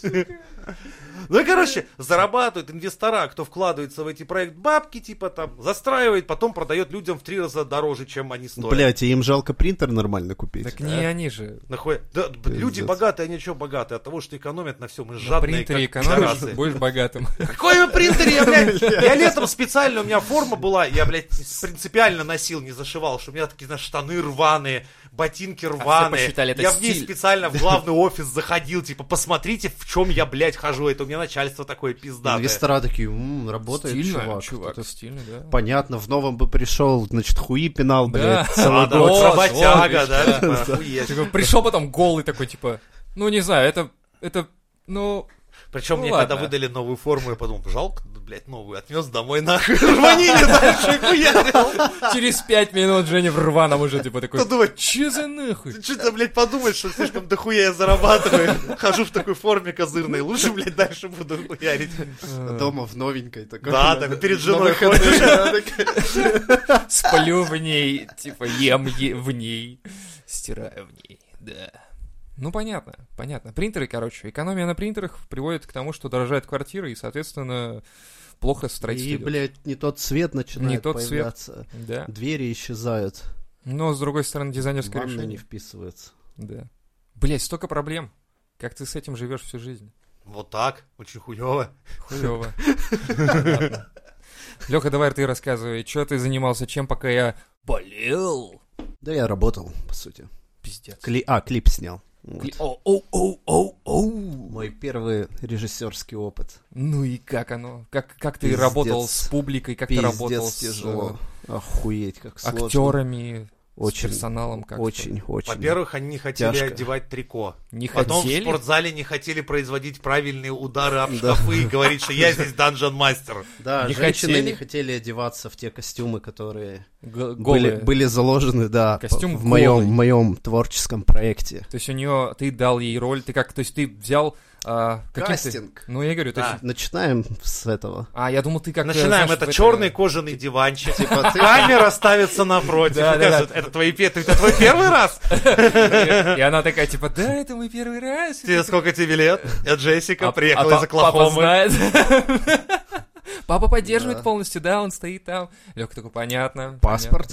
[SPEAKER 1] Ну, и, короче, зарабатывают инвестора, кто вкладывается в эти проект бабки, типа там, застраивает, потом продает людям в три раза дороже, чем они стоят.
[SPEAKER 3] Блять, и а им жалко принтер нормально купить.
[SPEAKER 2] Так не они же.
[SPEAKER 1] Нахуя? Да, б-
[SPEAKER 3] Пиздец.
[SPEAKER 1] люди богатые, они что богатые? От того, что экономят на всем, и
[SPEAKER 2] На
[SPEAKER 1] жадные,
[SPEAKER 2] принтере
[SPEAKER 1] как
[SPEAKER 2] экономишь,
[SPEAKER 1] пидорасы.
[SPEAKER 2] будешь богатым.
[SPEAKER 1] Какой вы принтер, я, блядь, я летом специально, у меня форма была, я, блядь, принципиально носил, не зашивал, что у меня такие, знаешь, штаны рваные, ботинки рваные.
[SPEAKER 2] А посчитали, это
[SPEAKER 1] я в ней
[SPEAKER 2] стиль.
[SPEAKER 1] специально в главный офис заходил, типа, посмотрите, в чем я, блядь, хожу, это у меня начальство такое пиздатое.
[SPEAKER 3] Инвестора такие, «М, работает
[SPEAKER 2] Стильно,
[SPEAKER 3] чувак.
[SPEAKER 2] чувак,
[SPEAKER 3] Тут
[SPEAKER 2] стильно, да.
[SPEAKER 3] Понятно, в новом бы пришел, значит, хуи пинал,
[SPEAKER 2] Да.
[SPEAKER 3] блядь,
[SPEAKER 1] А,
[SPEAKER 3] целый
[SPEAKER 1] да, вот
[SPEAKER 3] год.
[SPEAKER 2] Вот,
[SPEAKER 1] работяга,
[SPEAKER 2] вот,
[SPEAKER 1] да,
[SPEAKER 2] да.
[SPEAKER 1] типа, охуеть.
[SPEAKER 2] Типа, Пришел потом голый такой, типа, ну не знаю, это, это, ну,
[SPEAKER 1] Причем
[SPEAKER 2] Ну
[SPEAKER 1] мне
[SPEAKER 2] ладно.
[SPEAKER 1] когда выдали новую форму, я подумал, жалко, блядь, новую, отнес домой нахуй, рванили дальше, хуярил.
[SPEAKER 2] через пять минут Женя в рваном уже, типа, такой,
[SPEAKER 1] Кто думает,
[SPEAKER 2] че за нахуй?
[SPEAKER 1] Ты что-то, блядь, подумаешь, что слишком дохуя я зарабатываю. Хожу в такой форме козырной. Лучше, блядь, дальше буду хуярить.
[SPEAKER 3] Дома в новенькой такой.
[SPEAKER 1] Да, так перед женой
[SPEAKER 3] Новый
[SPEAKER 1] ходишь.
[SPEAKER 3] ходишь, да, такая.
[SPEAKER 2] Сплю в ней, типа, ем е- в ней, стираю в ней, да. Ну, понятно, понятно. Принтеры, короче, экономия на принтерах приводит к тому, что дорожают квартиры, и, соответственно, плохо строительство
[SPEAKER 3] И,
[SPEAKER 2] идет.
[SPEAKER 3] блядь, не тот цвет начинает
[SPEAKER 2] Не тот А. цвет.
[SPEAKER 3] появляться.
[SPEAKER 2] Да.
[SPEAKER 3] Двери исчезают.
[SPEAKER 2] Но, с другой стороны, дизайнерское
[SPEAKER 3] Ванна не
[SPEAKER 2] решение.
[SPEAKER 3] вписывается.
[SPEAKER 2] Да. Блять, столько проблем. Как ты с этим живешь всю жизнь?
[SPEAKER 1] Вот так, очень хуево.
[SPEAKER 2] Хуёво. Леха, давай ты рассказывай, что ты занимался, чем пока я болел?
[SPEAKER 3] Да я работал, по сути.
[SPEAKER 2] Пиздец.
[SPEAKER 3] Кли... А, клип снял. Вот.
[SPEAKER 2] Кли- О, о, о, о, о.
[SPEAKER 3] Мой первый режиссерский опыт.
[SPEAKER 2] Ну и как оно? Как, как ты
[SPEAKER 3] Пиздец.
[SPEAKER 2] работал с публикой, как ты
[SPEAKER 3] Пиздец
[SPEAKER 2] работал с
[SPEAKER 3] тяжело. Охуеть, как
[SPEAKER 2] э,
[SPEAKER 3] сложно.
[SPEAKER 2] актерами, С
[SPEAKER 3] Очень,
[SPEAKER 2] персоналом как-то.
[SPEAKER 3] очень, очень.
[SPEAKER 1] Во-первых, они не хотели
[SPEAKER 3] Тяжко.
[SPEAKER 1] одевать трико.
[SPEAKER 2] Не
[SPEAKER 1] Потом
[SPEAKER 2] хотели?
[SPEAKER 1] в спортзале не хотели производить правильные удары об шкафы и говорить, что я здесь данжен мастер.
[SPEAKER 3] Да,
[SPEAKER 2] Не
[SPEAKER 3] женщины
[SPEAKER 2] хотели?
[SPEAKER 3] не хотели одеваться в те костюмы, которые
[SPEAKER 2] Г- голые.
[SPEAKER 3] были, были заложены, да,
[SPEAKER 2] Костюм
[SPEAKER 3] в моем,
[SPEAKER 2] голый.
[SPEAKER 3] в моем творческом проекте.
[SPEAKER 2] То есть у нее, ты дал ей роль, ты как, то есть ты взял... а, каким ты-
[SPEAKER 3] Кастинг.
[SPEAKER 2] Ну, я говорю, то
[SPEAKER 1] Да.
[SPEAKER 2] есть...
[SPEAKER 3] Начинаем с этого.
[SPEAKER 2] А, я думал, ты как... э,
[SPEAKER 1] Начинаем.
[SPEAKER 2] знаешь, в
[SPEAKER 1] Это черный кожаный диванчик.
[SPEAKER 3] Типа ты-
[SPEAKER 1] Камера ставится напротив.
[SPEAKER 2] Да,
[SPEAKER 1] и
[SPEAKER 2] да, да.
[SPEAKER 1] кажут, Это твои пе- это твой первый раз?
[SPEAKER 2] И она такая, типа, да, это мой первый раз.
[SPEAKER 3] Типа,
[SPEAKER 1] Тебе сколько тебе лет? Я Джессика,
[SPEAKER 2] А- а
[SPEAKER 1] приехала из
[SPEAKER 2] па- Папа
[SPEAKER 1] Оклахомы.
[SPEAKER 2] знает. Папа поддерживает
[SPEAKER 3] Да.
[SPEAKER 2] полностью, да, он стоит там. Лёка такой, понятно.
[SPEAKER 3] Паспорт Э,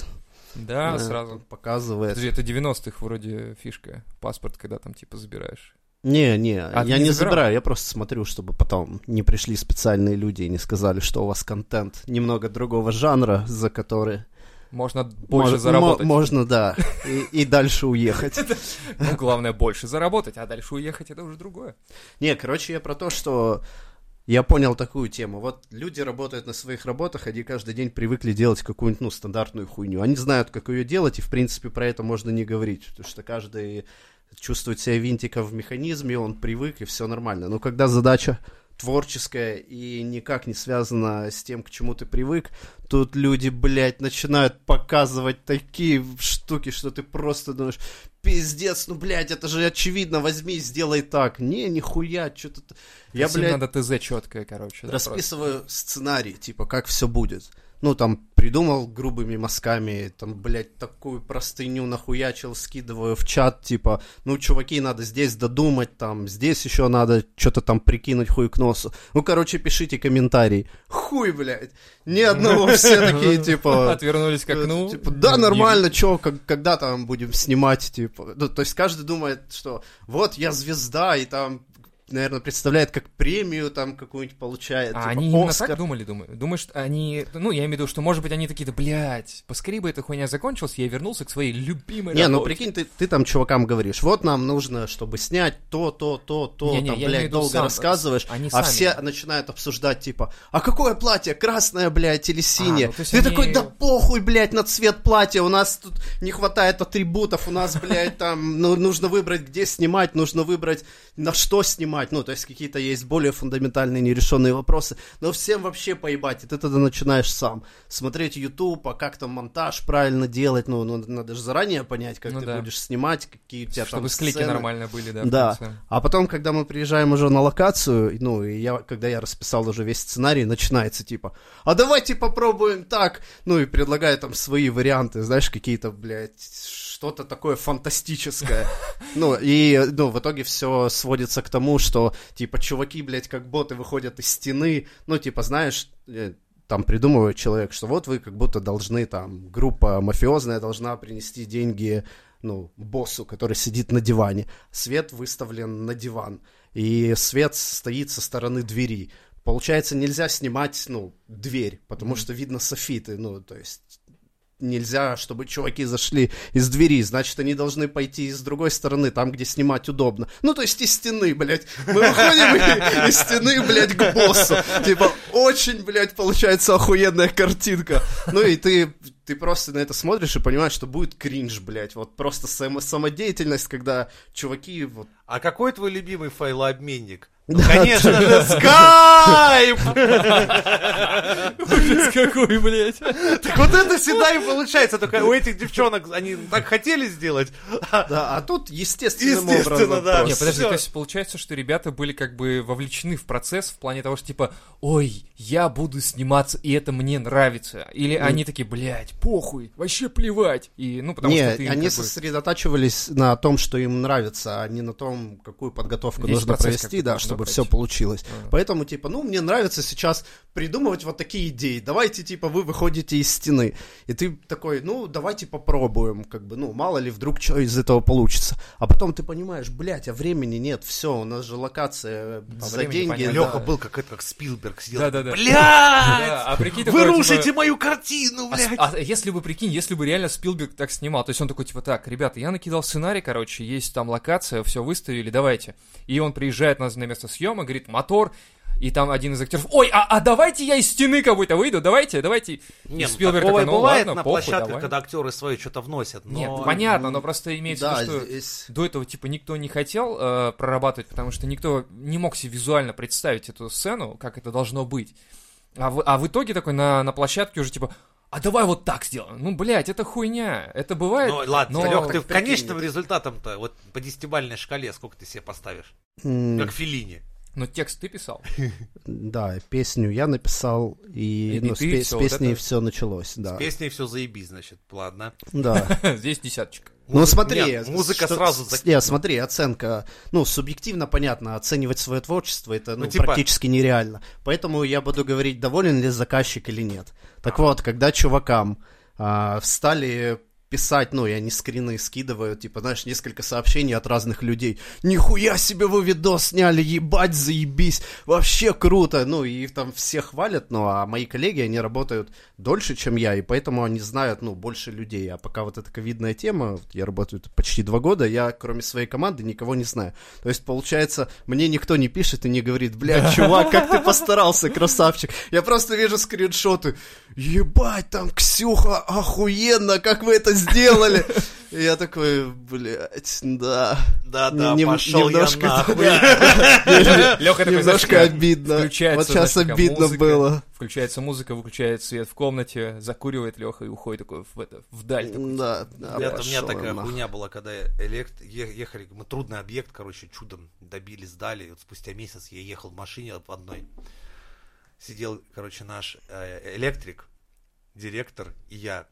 [SPEAKER 2] понятно». Да,
[SPEAKER 3] Да.
[SPEAKER 2] сразу.
[SPEAKER 3] показывает.
[SPEAKER 2] Подожди, это 90-х вроде фишка. Паспорт, когда там типа забираешь.
[SPEAKER 3] Не, не,
[SPEAKER 2] А, ты
[SPEAKER 3] я
[SPEAKER 2] не
[SPEAKER 3] не
[SPEAKER 2] забирал?
[SPEAKER 3] забираю, я просто смотрю, чтобы потом не пришли специальные люди и не сказали, что у вас контент немного другого жанра, за который
[SPEAKER 2] Можно больше
[SPEAKER 3] мож-
[SPEAKER 2] заработать.
[SPEAKER 3] мо- можно, да, и, и дальше уехать.
[SPEAKER 2] Ну, главное, больше заработать, а дальше уехать это уже другое.
[SPEAKER 3] Не, короче, я про то, что я понял такую тему. Вот люди работают на своих работах, они каждый день привыкли делать какую-нибудь, ну, стандартную хуйню. Они знают, как ее делать, и, в принципе, про это можно не говорить, потому что каждый чувствует себя винтиком в механизме, он привык, и все нормально. Но когда задача творческая и никак не связана с тем, к чему ты привык, тут люди, блядь, начинают показывать такие штуки, что ты просто думаешь, пиздец, ну, блядь, это же очевидно, возьми, и сделай так. Не, нихуя, что то Я,
[SPEAKER 2] Всем
[SPEAKER 3] блядь,
[SPEAKER 2] надо ТЗ четкое, короче. да,
[SPEAKER 3] расписываю сценарий, типа, как все будет. Ну, там, придумал грубыми мазками, там, блядь, такую простыню нахуячил, скидываю в чат, типа, ну, чуваки, надо здесь додумать, там, здесь еще надо что-то там прикинуть хуй к носу. Ну, короче, пишите комментарий. Хуй, блядь, ни одного, все такие,
[SPEAKER 2] просто.
[SPEAKER 3] типа...
[SPEAKER 2] Отвернулись к окну.
[SPEAKER 3] Типа, да,
[SPEAKER 2] ну, Не-
[SPEAKER 3] нормально, чё, как, когда там будем снимать, типа. Ну, то есть каждый думает, что вот я звезда, и там, наверное, представляет, как премию там какую-нибудь получает.
[SPEAKER 2] А
[SPEAKER 3] типа,
[SPEAKER 2] они именно
[SPEAKER 3] «Оскар».
[SPEAKER 2] так думали, думаю. Думаешь, они... Ну, я имею в виду, что, может быть, они такие-то, блядь, поскорее бы эта хуйня закончилась, я вернулся к своей любимой
[SPEAKER 3] Не, ну
[SPEAKER 2] работе».
[SPEAKER 3] прикинь, ты, ты там чувакам говоришь, вот нам нужно, чтобы снять то, то, то, то,
[SPEAKER 2] Не-не,
[SPEAKER 3] там,
[SPEAKER 2] я имею в
[SPEAKER 3] блядь,
[SPEAKER 2] виду
[SPEAKER 3] долго
[SPEAKER 2] сам,
[SPEAKER 3] рассказываешь,
[SPEAKER 2] они
[SPEAKER 3] а
[SPEAKER 2] сами.
[SPEAKER 3] все начинают обсуждать, типа, а какое платье, красное, блядь, или
[SPEAKER 2] А,
[SPEAKER 3] синее?
[SPEAKER 2] ну, то есть
[SPEAKER 3] ты
[SPEAKER 2] они-
[SPEAKER 3] такой, да похуй, блядь, на цвет платья, у нас тут не хватает атрибутов, у нас, блядь, там, ну, нужно выбрать, где снимать, нужно выбрать, на что снимать, ну, то есть какие-то есть более фундаментальные нерешенные вопросы, но всем вообще поебать, и ты тогда начинаешь сам смотреть YouTube, а как там монтаж правильно делать, ну, ну, надо же заранее понять, как
[SPEAKER 2] Ну
[SPEAKER 3] ты
[SPEAKER 2] да.
[SPEAKER 3] будешь снимать, какие у тебя типа, там
[SPEAKER 2] Чтобы склейки
[SPEAKER 3] сцены.
[SPEAKER 2] нормально были, да. в
[SPEAKER 3] Да.
[SPEAKER 2] конце.
[SPEAKER 3] А потом, когда мы приезжаем уже на локацию, ну, и я, когда я расписал уже весь сценарий, начинается типа, а давайте попробуем так, ну, и предлагаю там свои варианты, знаешь, какие-то, блядь, что-то такое фантастическое. Ну, и, ну, в итоге все сводится к тому, что, типа, чуваки, блядь, как боты выходят из стены, ну, типа, знаешь, э, там придумывает человек, что вот вы как будто должны, там, группа мафиозная должна принести деньги, ну, боссу, который сидит на диване. Свет выставлен на диван, и свет стоит со стороны двери. Получается, нельзя снимать, ну, дверь, потому что видно софиты, ну, то есть нельзя, чтобы чуваки зашли из двери, значит, они должны пойти из другой стороны, там, где снимать удобно. Ну, то есть из стены, блядь. Мы выходим и- из стены, блядь, к боссу. Типа, очень, блядь, получается охуенная картинка. Ну, и ты, ты просто на это смотришь и понимаешь, что будет кринж, блядь. Вот просто само- самодеятельность, когда чуваки вот
[SPEAKER 1] А какой твой любимый файлообменник? Ну, конечно же, скайп!
[SPEAKER 2] Ужас какой, блядь.
[SPEAKER 1] Так вот это всегда и получается. Только у этих девчонок они так хотели сделать. а
[SPEAKER 3] Да, а тут естественным
[SPEAKER 1] Естественно,
[SPEAKER 3] образом.
[SPEAKER 1] да.
[SPEAKER 2] Не,
[SPEAKER 3] просто.
[SPEAKER 2] подожди,
[SPEAKER 1] Всё.
[SPEAKER 2] то есть получается, что ребята были как бы вовлечены в процесс в плане того, что типа, ой, я буду сниматься, и это мне нравится. Или они такие, блядь, похуй, вообще плевать. И, ну, потому
[SPEAKER 3] Не,
[SPEAKER 2] что ты им
[SPEAKER 3] они
[SPEAKER 2] как бы-
[SPEAKER 3] сосредотачивались на том, что им нравится, а не на том, какую подготовку
[SPEAKER 2] Весь
[SPEAKER 3] нужно
[SPEAKER 2] процесс
[SPEAKER 3] провести,
[SPEAKER 2] как-то
[SPEAKER 3] да,
[SPEAKER 2] нужно
[SPEAKER 3] чтобы
[SPEAKER 2] пройти.
[SPEAKER 3] все получилось.
[SPEAKER 2] Ага.
[SPEAKER 3] Поэтому, типа, ну, мне нравится сейчас придумывать вот такие идеи. Давайте, типа, вы выходите из стены. И ты такой, ну, давайте попробуем, как бы, ну, мало ли вдруг что из этого получится. А потом ты понимаешь, блядь, а времени нет, все, у нас же локация э,
[SPEAKER 2] Да,
[SPEAKER 3] за
[SPEAKER 2] времени
[SPEAKER 3] деньги.
[SPEAKER 2] понятно.
[SPEAKER 1] Леха
[SPEAKER 2] да.
[SPEAKER 1] был как это, как Спилберг сидел.
[SPEAKER 2] Да-да-да.
[SPEAKER 1] Блядь!
[SPEAKER 2] Да, а
[SPEAKER 1] Вы
[SPEAKER 2] прикинь, такое, типа,
[SPEAKER 1] рушите мою картину,
[SPEAKER 2] А, с-
[SPEAKER 1] блядь!
[SPEAKER 2] а если бы, прикинь, если бы реально Спилберг так снимал, то есть он такой, типа, так, ребята, я накидал сценарий, короче, есть там локация, все выставили, давайте. И он приезжает на, на место съема, говорит, мотор, и там один из актеров, ой, а, а давайте я из стены какой-то выйду, давайте, давайте.
[SPEAKER 1] Не,
[SPEAKER 2] И
[SPEAKER 1] ну,
[SPEAKER 2] Спилберг
[SPEAKER 1] такое
[SPEAKER 2] такой, «Ну
[SPEAKER 1] бывает
[SPEAKER 2] ладно,
[SPEAKER 1] на
[SPEAKER 2] похуй,
[SPEAKER 1] площадках,
[SPEAKER 2] давай».
[SPEAKER 1] когда актеры свои что-то вносят. Но...
[SPEAKER 2] Нет, ну, понятно, но просто имеется в
[SPEAKER 3] Да,
[SPEAKER 2] виду, что
[SPEAKER 3] здесь...
[SPEAKER 2] до этого, типа, никто не хотел э, прорабатывать, потому что никто не мог себе визуально представить эту сцену, как это должно быть. А в, а в итоге такой на, на площадке уже, типа, а давай вот так сделаем. Ну, блядь, это хуйня. Это бывает.
[SPEAKER 1] Ну ладно,
[SPEAKER 2] но-
[SPEAKER 1] Серёг, ты в
[SPEAKER 3] Прикинь.
[SPEAKER 1] конечном результатом-то, вот по десятибальной шкале, сколько ты себе поставишь?
[SPEAKER 3] м,
[SPEAKER 1] Как Филини.
[SPEAKER 2] Но текст ты писал.
[SPEAKER 3] Да, песню я написал, и,
[SPEAKER 2] И
[SPEAKER 3] ну, с,
[SPEAKER 2] биты,
[SPEAKER 3] пе-
[SPEAKER 2] и
[SPEAKER 3] с
[SPEAKER 2] всё вот
[SPEAKER 3] песней
[SPEAKER 2] это.
[SPEAKER 3] все началось, да.
[SPEAKER 1] С песней все заебись, значит, ладно.
[SPEAKER 3] Да.
[SPEAKER 2] Здесь десяточка.
[SPEAKER 3] Ну
[SPEAKER 1] Музы-
[SPEAKER 3] смотри,
[SPEAKER 1] нет, музыка
[SPEAKER 3] что-
[SPEAKER 1] сразу
[SPEAKER 3] с-
[SPEAKER 1] зак-
[SPEAKER 3] не, смотри, оценка, ну субъективно понятно, оценивать свое творчество это ну,
[SPEAKER 1] Ну, типа-
[SPEAKER 3] практически нереально, поэтому я буду говорить доволен ли заказчик или нет. Так вот, когда чувакам а, встали писать, ну, и они скрины скидывают, типа, знаешь, несколько сообщений от разных людей. Нихуя себе вы видос сняли, ебать, заебись, вообще круто. Ну, и там все хвалят, ну, а мои коллеги, они работают дольше, чем я, и поэтому они знают, ну, больше людей. А пока вот эта ковидная тема, вот я работаю тут почти два года, я, кроме своей команды, никого не знаю. То есть, получается, мне никто не пишет и не говорит, блядь, чувак, как ты постарался, красавчик. Я просто вижу скриншоты. Ебать, там Ксюха, охуенно, как вы это сделали. И я такой, блядь, да.
[SPEAKER 1] Да-да,
[SPEAKER 3] Нем-
[SPEAKER 1] пошел я
[SPEAKER 3] немножко-
[SPEAKER 1] нахуй.
[SPEAKER 2] Леха такой, знаешь,
[SPEAKER 3] Немножко обидно.
[SPEAKER 2] включается,
[SPEAKER 3] Вот
[SPEAKER 2] знаешь,
[SPEAKER 3] сейчас
[SPEAKER 2] такая
[SPEAKER 3] обидно
[SPEAKER 2] музыка.
[SPEAKER 3] было.
[SPEAKER 2] Включается музыка, выключает свет в комнате, закуривает Леха и уходит такой в это, вдаль. такой.
[SPEAKER 3] Да, да,
[SPEAKER 1] Ребята, у меня
[SPEAKER 3] пошёл
[SPEAKER 1] такая
[SPEAKER 3] я нахуй.
[SPEAKER 1] хуйня была, когда элект... е- ехали, мы трудный объект, короче, чудом добили, сдали. И вот спустя месяц я ехал в машине в одной. Сидел, короче, наш э, электрик, директор и я.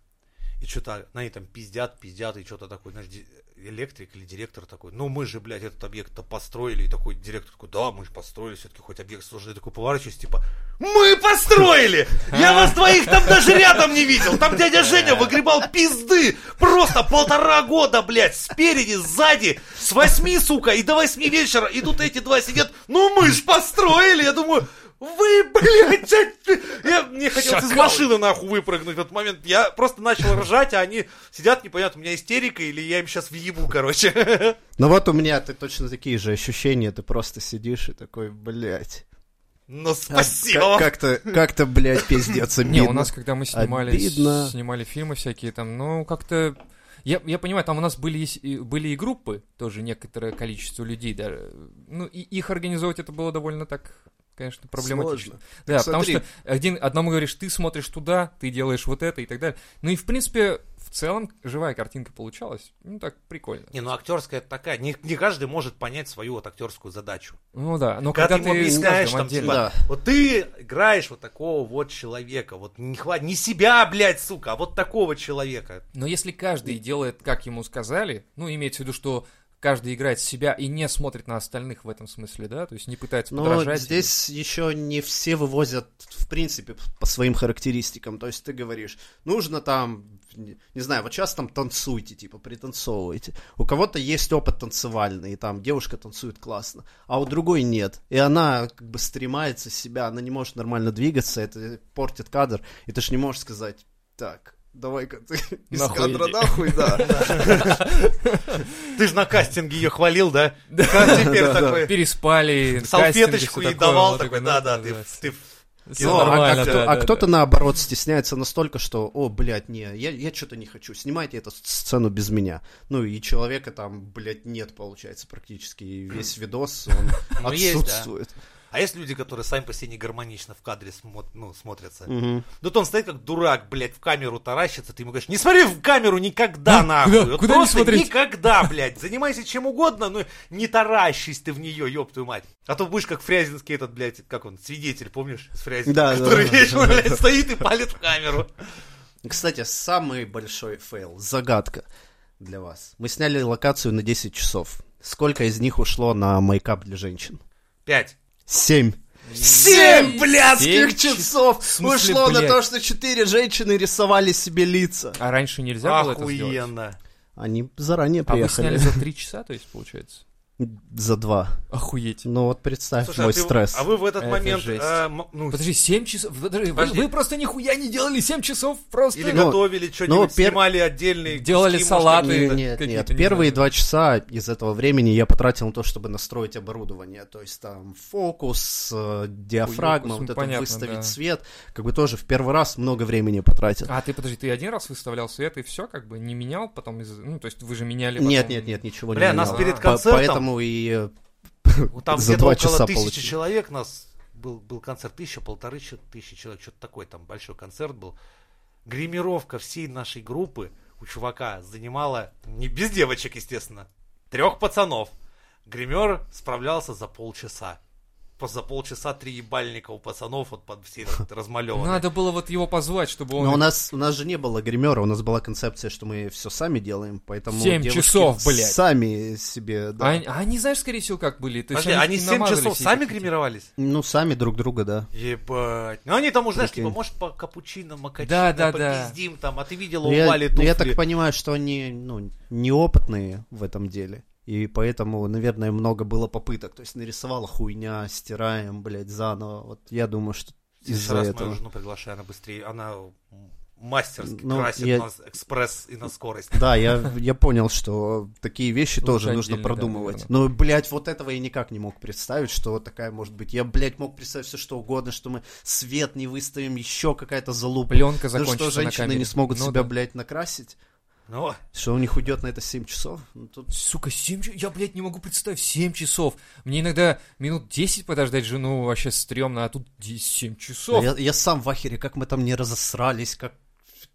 [SPEAKER 1] И что-то они там пиздят, пиздят, и что-то такое, знаешь, ди- электрик или директор такой, ну мы же, блядь, этот объект-то построили, и такой директор такой, да, мы же построили, все-таки хоть объект сложный, я такой поворачиваюсь, типа, мы построили! Я вас двоих там даже рядом не видел, там дядя Женя выгребал пизды, просто полтора года, блядь, спереди, сзади, с восьми, сука, и до восьми вечера, и тут эти два сидят, ну мы же построили, я думаю, вы, блядь, чё- я, мне хотелось из
[SPEAKER 2] Шакалы.
[SPEAKER 1] машины нахуй выпрыгнуть в этот момент. Я просто начал ржать, а они сидят, непонятно, у меня истерика или я им сейчас въебу, короче.
[SPEAKER 3] Ну вот у меня ты точно такие же ощущения, ты просто сидишь и такой, блядь.
[SPEAKER 1] Ну,
[SPEAKER 3] А
[SPEAKER 1] спасибо.
[SPEAKER 3] как- Как-то, как-то, блядь, пиздец,
[SPEAKER 2] Не,
[SPEAKER 3] обидно.
[SPEAKER 2] у нас, когда мы снимали,
[SPEAKER 3] Обидно.
[SPEAKER 2] снимали фильмы всякие там, ну, как-то... Я, я понимаю, там у нас были, и с- и- были и группы, тоже некоторое количество людей даже. Ну, и их организовать это было довольно так, конечно, проблематично.
[SPEAKER 3] Сложно.
[SPEAKER 2] Да,
[SPEAKER 3] Так
[SPEAKER 2] потому
[SPEAKER 3] смотри.
[SPEAKER 2] что один, одному говоришь, ты смотришь туда, ты делаешь вот это и так далее. Ну и, в принципе, в целом живая картинка получалась. Ну, так прикольно.
[SPEAKER 1] Не, ну актерская это такая. Не, не каждый может понять свою вот актерскую задачу.
[SPEAKER 2] Ну да, но
[SPEAKER 1] Когда
[SPEAKER 2] когда,
[SPEAKER 1] ты ему объясняешь,
[SPEAKER 2] с каждым
[SPEAKER 1] там,
[SPEAKER 2] отдельно-
[SPEAKER 1] типа,
[SPEAKER 3] Да.
[SPEAKER 1] Вот ты играешь вот такого вот человека. Вот не хватит, не себя, блядь, сука, а вот такого человека.
[SPEAKER 2] Но если каждый делает, как ему сказали, ну, имеется в виду, что каждый играет себя и не смотрит на остальных в этом смысле, да? То есть не пытается
[SPEAKER 3] Но
[SPEAKER 2] подражать.
[SPEAKER 3] Ну, здесь еще не все вывозят, в принципе, по своим характеристикам. То есть ты говоришь, нужно там, не не знаю, вот сейчас там танцуйте, типа, пританцовывайте. У кого-то есть опыт танцевальный, и там девушка танцует классно, а у другой нет. И она как бы стремается себя, она не может нормально двигаться, это портит кадр, и ты же не можешь сказать, так, давай-ка ты из
[SPEAKER 2] Нахуй
[SPEAKER 3] кадра
[SPEAKER 2] иди».
[SPEAKER 3] нахуй, да.
[SPEAKER 1] Ты же на кастинге ее хвалил, да? Да.
[SPEAKER 3] Да,
[SPEAKER 1] теперь
[SPEAKER 3] да.
[SPEAKER 1] такой
[SPEAKER 2] типа, Переспали,
[SPEAKER 1] э, салфеточку ей
[SPEAKER 2] и
[SPEAKER 1] давал такой, да-да, ты
[SPEAKER 2] «Ну,
[SPEAKER 1] ты
[SPEAKER 3] Ну, а
[SPEAKER 2] нормально,
[SPEAKER 3] как-то-
[SPEAKER 2] да,
[SPEAKER 3] а
[SPEAKER 2] да,
[SPEAKER 3] кто-то
[SPEAKER 2] да.
[SPEAKER 3] наоборот стесняется настолько, что, о, блядь, не, я, я что-то не хочу, снимайте эту сцену без меня. Ну и человека там, блядь, нет, получается, практически. И весь видос, он
[SPEAKER 1] Ну, есть, да.
[SPEAKER 3] отсутствует.
[SPEAKER 1] А есть люди, которые сами по себе не гармонично в кадре смо- ну, смотрятся.
[SPEAKER 3] Мгм.
[SPEAKER 1] Тут он стоит как дурак, блядь, в камеру таращится, ты ему говоришь, не смотри в камеру никогда,
[SPEAKER 2] Да,
[SPEAKER 1] нахуй.
[SPEAKER 2] Ну, куда-
[SPEAKER 1] Вот
[SPEAKER 2] куда не
[SPEAKER 1] просто
[SPEAKER 2] смотреть?
[SPEAKER 1] никогда, блядь. Занимайся чем угодно, но не таращись ты в нее, ёб твою мать. А то будешь как Фрязинский этот, блядь, как он, свидетель, помнишь, с Фрязинским,
[SPEAKER 3] Да, да,
[SPEAKER 1] который
[SPEAKER 3] да.
[SPEAKER 1] вечно, блядь, стоит и палит в камеру.
[SPEAKER 3] Кстати, самый большой фейл, загадка для вас. Мы сняли локацию на 10 часов. Сколько из них ушло на мейкап для женщин?
[SPEAKER 1] Пять.
[SPEAKER 3] Семь.
[SPEAKER 2] Семь
[SPEAKER 3] Семь блядских
[SPEAKER 2] Семь
[SPEAKER 3] часов
[SPEAKER 2] смысле,
[SPEAKER 3] ушло на
[SPEAKER 2] блядь?
[SPEAKER 3] то, что четыре женщины рисовали себе лица.
[SPEAKER 2] А раньше нельзя было это сделать?
[SPEAKER 1] Охуенно.
[SPEAKER 3] Они заранее
[SPEAKER 2] А вы
[SPEAKER 3] приехали.
[SPEAKER 2] сняли за три часа, то есть, получается?
[SPEAKER 3] за два.
[SPEAKER 2] Охуеть.
[SPEAKER 3] Ну вот представь
[SPEAKER 1] Слушай, а
[SPEAKER 3] мой
[SPEAKER 1] ты-
[SPEAKER 3] стресс.
[SPEAKER 1] А вы в этот
[SPEAKER 2] Это
[SPEAKER 1] момент...
[SPEAKER 2] жесть.
[SPEAKER 1] а, м- ну,
[SPEAKER 2] Подожди, 7 часов? Подожди, вы,
[SPEAKER 1] Подожди.
[SPEAKER 2] вы просто нихуя не делали 7 часов просто?
[SPEAKER 1] Или
[SPEAKER 3] Ну,
[SPEAKER 1] готовили что-нибудь,
[SPEAKER 3] пер-
[SPEAKER 1] снимали отдельные...
[SPEAKER 2] Делали
[SPEAKER 1] куски, может,
[SPEAKER 2] салаты.
[SPEAKER 1] какие-то.
[SPEAKER 3] Нет, нет,
[SPEAKER 2] какие-то, не
[SPEAKER 3] первые
[SPEAKER 2] знаю.
[SPEAKER 3] два часа из этого времени я потратил на то, чтобы настроить оборудование, то есть там фокус, э, диафрагма,
[SPEAKER 2] Хуёкус, ну,
[SPEAKER 3] вот это
[SPEAKER 2] понятно,
[SPEAKER 3] выставить
[SPEAKER 2] да.
[SPEAKER 3] свет, как бы тоже в первый раз много времени потратил.
[SPEAKER 2] А, ты, подожди, ты один раз выставлял свет и все, как бы не менял потом из... Ну, то есть вы же меняли потом... А,
[SPEAKER 3] Нет, нет, нет, ничего
[SPEAKER 1] Бля,
[SPEAKER 3] не
[SPEAKER 1] нас
[SPEAKER 3] менял.
[SPEAKER 2] перед
[SPEAKER 3] По-
[SPEAKER 1] концертом-
[SPEAKER 3] Поэтому и э,
[SPEAKER 1] Ну, Там
[SPEAKER 3] за
[SPEAKER 1] где-то
[SPEAKER 3] два
[SPEAKER 1] около
[SPEAKER 3] часа
[SPEAKER 1] тысячи
[SPEAKER 3] получилось.
[SPEAKER 1] человек нас... Был, был концерт, тысяча, полторы чё- тысячи человек, что-то такое, там большой концерт был. Гримировка всей нашей группы у чувака занимала, не без девочек, естественно, трех пацанов. Гример справлялся за полчаса. Просто за полчаса три ебальника у пацанов вот под все размалеванные.
[SPEAKER 2] Надо было вот его позвать, чтобы он...
[SPEAKER 3] Но ну, у нас, у нас же не было гримера, у нас была концепция, что мы все сами делаем, поэтому
[SPEAKER 2] Семь
[SPEAKER 3] девушки
[SPEAKER 2] часов, блядь.
[SPEAKER 3] сами себе, да.
[SPEAKER 2] А они- а они, знаешь, скорее всего, как были? То есть
[SPEAKER 1] Подожди, они
[SPEAKER 2] не
[SPEAKER 1] 7
[SPEAKER 2] намазали
[SPEAKER 1] часов
[SPEAKER 2] все
[SPEAKER 1] сами
[SPEAKER 2] эти-
[SPEAKER 1] гримировались?
[SPEAKER 3] Ну, сами друг друга, да.
[SPEAKER 1] Ебать. Ну они там уже, знаешь,
[SPEAKER 3] Прикинь.
[SPEAKER 1] типа, может, по капучино, макачино,
[SPEAKER 2] Да, да, да.
[SPEAKER 1] попиздим там, а ты видела,
[SPEAKER 3] Ну, я-
[SPEAKER 1] упали
[SPEAKER 3] ну,
[SPEAKER 1] туфли.
[SPEAKER 3] я так понимаю, что они ну, неопытные в этом деле. И поэтому, наверное, много было попыток. То есть нарисовала хуйня, стираем, блядь, заново. Вот я думаю, что
[SPEAKER 1] В следующий
[SPEAKER 3] из-за
[SPEAKER 1] раз
[SPEAKER 3] этого.
[SPEAKER 1] мою жену приглашаю, она быстрее, она м, мастерски
[SPEAKER 3] Ну,
[SPEAKER 1] красит
[SPEAKER 3] я-
[SPEAKER 1] нас экспресс и на скорость.
[SPEAKER 3] Да, я, я понял, что такие вещи
[SPEAKER 2] Лучше
[SPEAKER 3] тоже нужно
[SPEAKER 2] отдельно, да,
[SPEAKER 3] продумывать.
[SPEAKER 2] наверно.
[SPEAKER 3] Но, блядь, вот этого я никак не мог представить, что вот такая может быть. Я, блядь, мог представить все что угодно, что мы свет не выставим, еще какая-то залупа.
[SPEAKER 2] Пленка
[SPEAKER 3] Ну
[SPEAKER 2] закончится
[SPEAKER 3] что
[SPEAKER 2] на
[SPEAKER 3] женщины
[SPEAKER 2] камере.
[SPEAKER 3] не смогут
[SPEAKER 2] Ну
[SPEAKER 3] себя,
[SPEAKER 2] да.
[SPEAKER 3] блядь, накрасить?
[SPEAKER 1] Ну,
[SPEAKER 3] Что у них уйдет на это 7 часов? Ну, тут
[SPEAKER 2] Сука, 7 часов. Я, блядь, не могу представить 7 часов. Мне иногда минут 10 подождать жену вообще стрёмно, а тут 7 часов.
[SPEAKER 3] Я, я сам в ахере, как мы там не разосрались, как,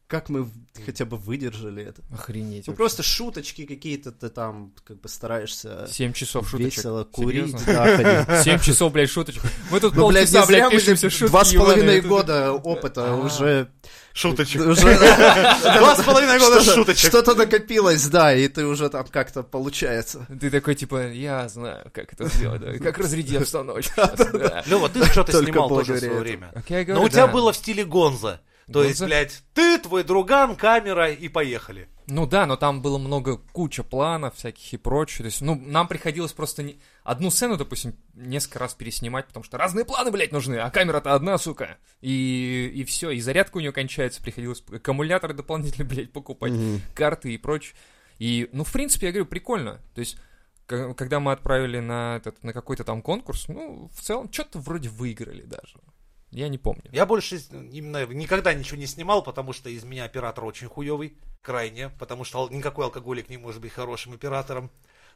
[SPEAKER 3] как мы хотя бы выдержали это.
[SPEAKER 2] Охренеть.
[SPEAKER 3] Ну просто шуточки какие-то ты там как бы стараешься
[SPEAKER 2] 7 часов шуточек.
[SPEAKER 3] весело курить.
[SPEAKER 2] Серьёзно?
[SPEAKER 3] да, ходить.
[SPEAKER 2] 7 часов, блядь, шуточек. Мы тут
[SPEAKER 3] Ну, блядь,
[SPEAKER 2] полчаса,
[SPEAKER 3] не зря
[SPEAKER 2] блядь,
[SPEAKER 3] мы
[SPEAKER 2] пишем
[SPEAKER 3] же
[SPEAKER 2] все шутки.
[SPEAKER 3] два с половиной
[SPEAKER 2] ебаные.
[SPEAKER 3] года опыта
[SPEAKER 2] А.
[SPEAKER 3] уже...
[SPEAKER 1] шуточек.
[SPEAKER 3] уже
[SPEAKER 1] Два с половиной года
[SPEAKER 3] что-то-
[SPEAKER 1] шуточек.
[SPEAKER 3] Что-то накопилось, да, и ты уже там как-то получается.
[SPEAKER 2] Ты такой, типа, я знаю, как это сделать, да, как разряди обстановку. сейчас, да».
[SPEAKER 1] Лёва, ты что-то
[SPEAKER 3] Только
[SPEAKER 1] снимал тоже в
[SPEAKER 3] благодаря
[SPEAKER 1] свое
[SPEAKER 3] этому.
[SPEAKER 1] время.
[SPEAKER 2] Так
[SPEAKER 3] Ну,
[SPEAKER 2] я и
[SPEAKER 1] Но
[SPEAKER 2] говорю,
[SPEAKER 1] у тебя
[SPEAKER 2] да.
[SPEAKER 1] было в стиле Гонза. То есть,
[SPEAKER 2] Гонза?
[SPEAKER 1] блядь, ты, твой друган, камера и поехали.
[SPEAKER 2] Ну да, но там было много, куча планов всяких и прочее. То есть, ну, нам приходилось просто не- одну сцену, допустим, несколько раз переснимать, потому что разные планы, блядь, нужны, а камера-то одна, сука. И, и все, и зарядка у нее кончается, приходилось аккумуляторы дополнительно, блядь, покупать.
[SPEAKER 3] Мгм.
[SPEAKER 2] карты и прочее. И, ну, в принципе, я говорю, прикольно. То есть, к- когда мы отправили на, этот, на какой-то там конкурс, ну, в целом, что-то вроде выиграли даже. Я не помню.
[SPEAKER 1] Я больше с- именно никогда ничего не снимал, потому что из меня оператор очень хуевый, крайне, потому что ал- никакой алкоголик не может быть хорошим оператором.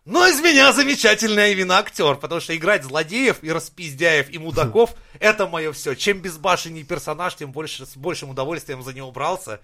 [SPEAKER 1] Но из меня замечательная именно актер, потому что играть злодеев и распиздяев и мудаков — это мое все. Чем безбашенней персонаж, тем больше, с большим удовольствием за него брался.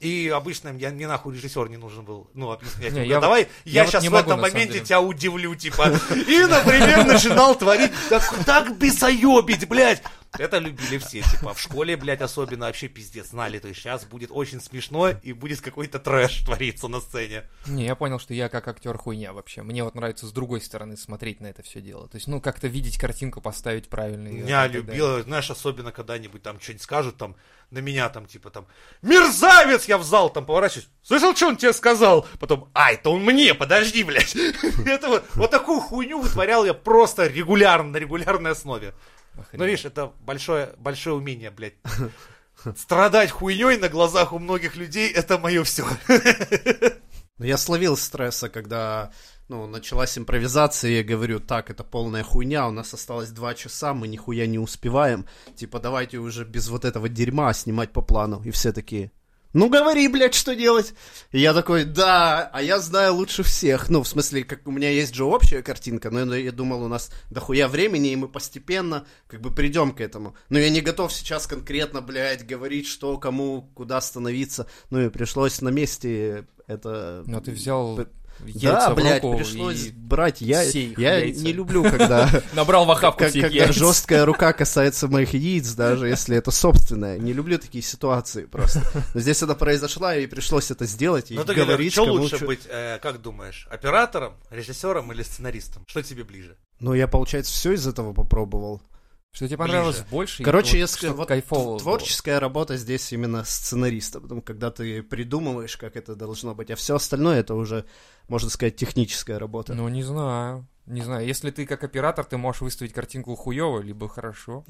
[SPEAKER 1] И обычно я, мне нахуй режиссер не нужен был, ну, объяснять.
[SPEAKER 2] Не,
[SPEAKER 1] ему, «Да
[SPEAKER 2] я вот-
[SPEAKER 1] давай, я,
[SPEAKER 2] я вот
[SPEAKER 1] сейчас
[SPEAKER 2] не
[SPEAKER 1] в
[SPEAKER 2] могу,
[SPEAKER 1] этом
[SPEAKER 2] на самом
[SPEAKER 1] моменте
[SPEAKER 2] деле.
[SPEAKER 1] тебя удивлю, типа. И, например, начинал творить так, так бесоебить, блядь. Это любили все, типа, в школе, блядь, особенно вообще пиздец знали. То есть сейчас будет очень смешно и будет какой-то трэш твориться на сцене.
[SPEAKER 2] Не, я понял, что я как актер хуйня вообще. Мне вот нравится с другой стороны смотреть на это все дело. То есть, ну, как-то видеть картинку, поставить правильно. её
[SPEAKER 1] Меня
[SPEAKER 2] и так далее.
[SPEAKER 1] любила, знаешь, особенно когда-нибудь там что-нибудь скажут, там, на меня там, типа, там, мерзавец, я в зал там поворачиваюсь, слышал, что он тебе сказал? Потом, ай, это он мне, подожди, блядь. Это вот- вот такую хуйню вытворял я просто регулярно, на регулярной основе.
[SPEAKER 2] Охренеть.
[SPEAKER 1] Ну, видишь, это большое, большое умение, блядь. Страдать хуйней на глазах у многих людей это мое все.
[SPEAKER 3] Ну, Я словил стресса, когда ну, началась импровизация, и я говорю, так, это полная хуйня, у нас осталось два часа, мы нихуя не успеваем, типа, давайте уже без вот этого дерьма снимать по плану, и все такие, ну говори, блядь, что делать. И я такой, да, а я знаю лучше всех. Ну, в смысле, как у меня есть же общая картинка, но я думал, у нас дохуя времени, и мы постепенно как бы придем к этому. Но я не готов сейчас конкретно, блядь, говорить, что, кому, куда становиться. Ну и пришлось на месте это...
[SPEAKER 2] Но ты взял
[SPEAKER 3] П-
[SPEAKER 2] яйца
[SPEAKER 3] да,
[SPEAKER 2] в
[SPEAKER 3] блядь,
[SPEAKER 2] руку
[SPEAKER 3] пришлось
[SPEAKER 2] и
[SPEAKER 3] брать. Я,
[SPEAKER 2] сей их
[SPEAKER 3] я
[SPEAKER 2] яйца.
[SPEAKER 3] не люблю, когда,
[SPEAKER 2] набрал в
[SPEAKER 3] как-
[SPEAKER 2] охапку всех
[SPEAKER 3] когда
[SPEAKER 2] яиц.
[SPEAKER 3] жесткая рука касается моих яиц, даже если это собственное. Не люблю такие ситуации просто. Но здесь это произошло, и пришлось это сделать, и
[SPEAKER 1] Ну ты говоришь,
[SPEAKER 3] говорить
[SPEAKER 1] что
[SPEAKER 3] кому
[SPEAKER 1] лучше
[SPEAKER 3] чё.
[SPEAKER 1] быть, э, как думаешь, оператором, режиссером или сценаристом? Что тебе ближе?
[SPEAKER 3] Ну, я, получается, все из этого попробовал.
[SPEAKER 2] Что тебе понравилось
[SPEAKER 1] Ближе.
[SPEAKER 2] больше? и
[SPEAKER 3] Короче,
[SPEAKER 2] вот
[SPEAKER 3] если
[SPEAKER 2] чтоб
[SPEAKER 3] вот
[SPEAKER 2] кайфово
[SPEAKER 3] т- творческая работа здесь именно сценариста, потому когда ты придумываешь, как это должно быть, а все остальное это уже, можно сказать, техническая работа.
[SPEAKER 2] было.
[SPEAKER 3] Ну,
[SPEAKER 2] Ну, не знаю. Не знаю, если ты как оператор, ты можешь выставить картинку хуево, либо хорошо.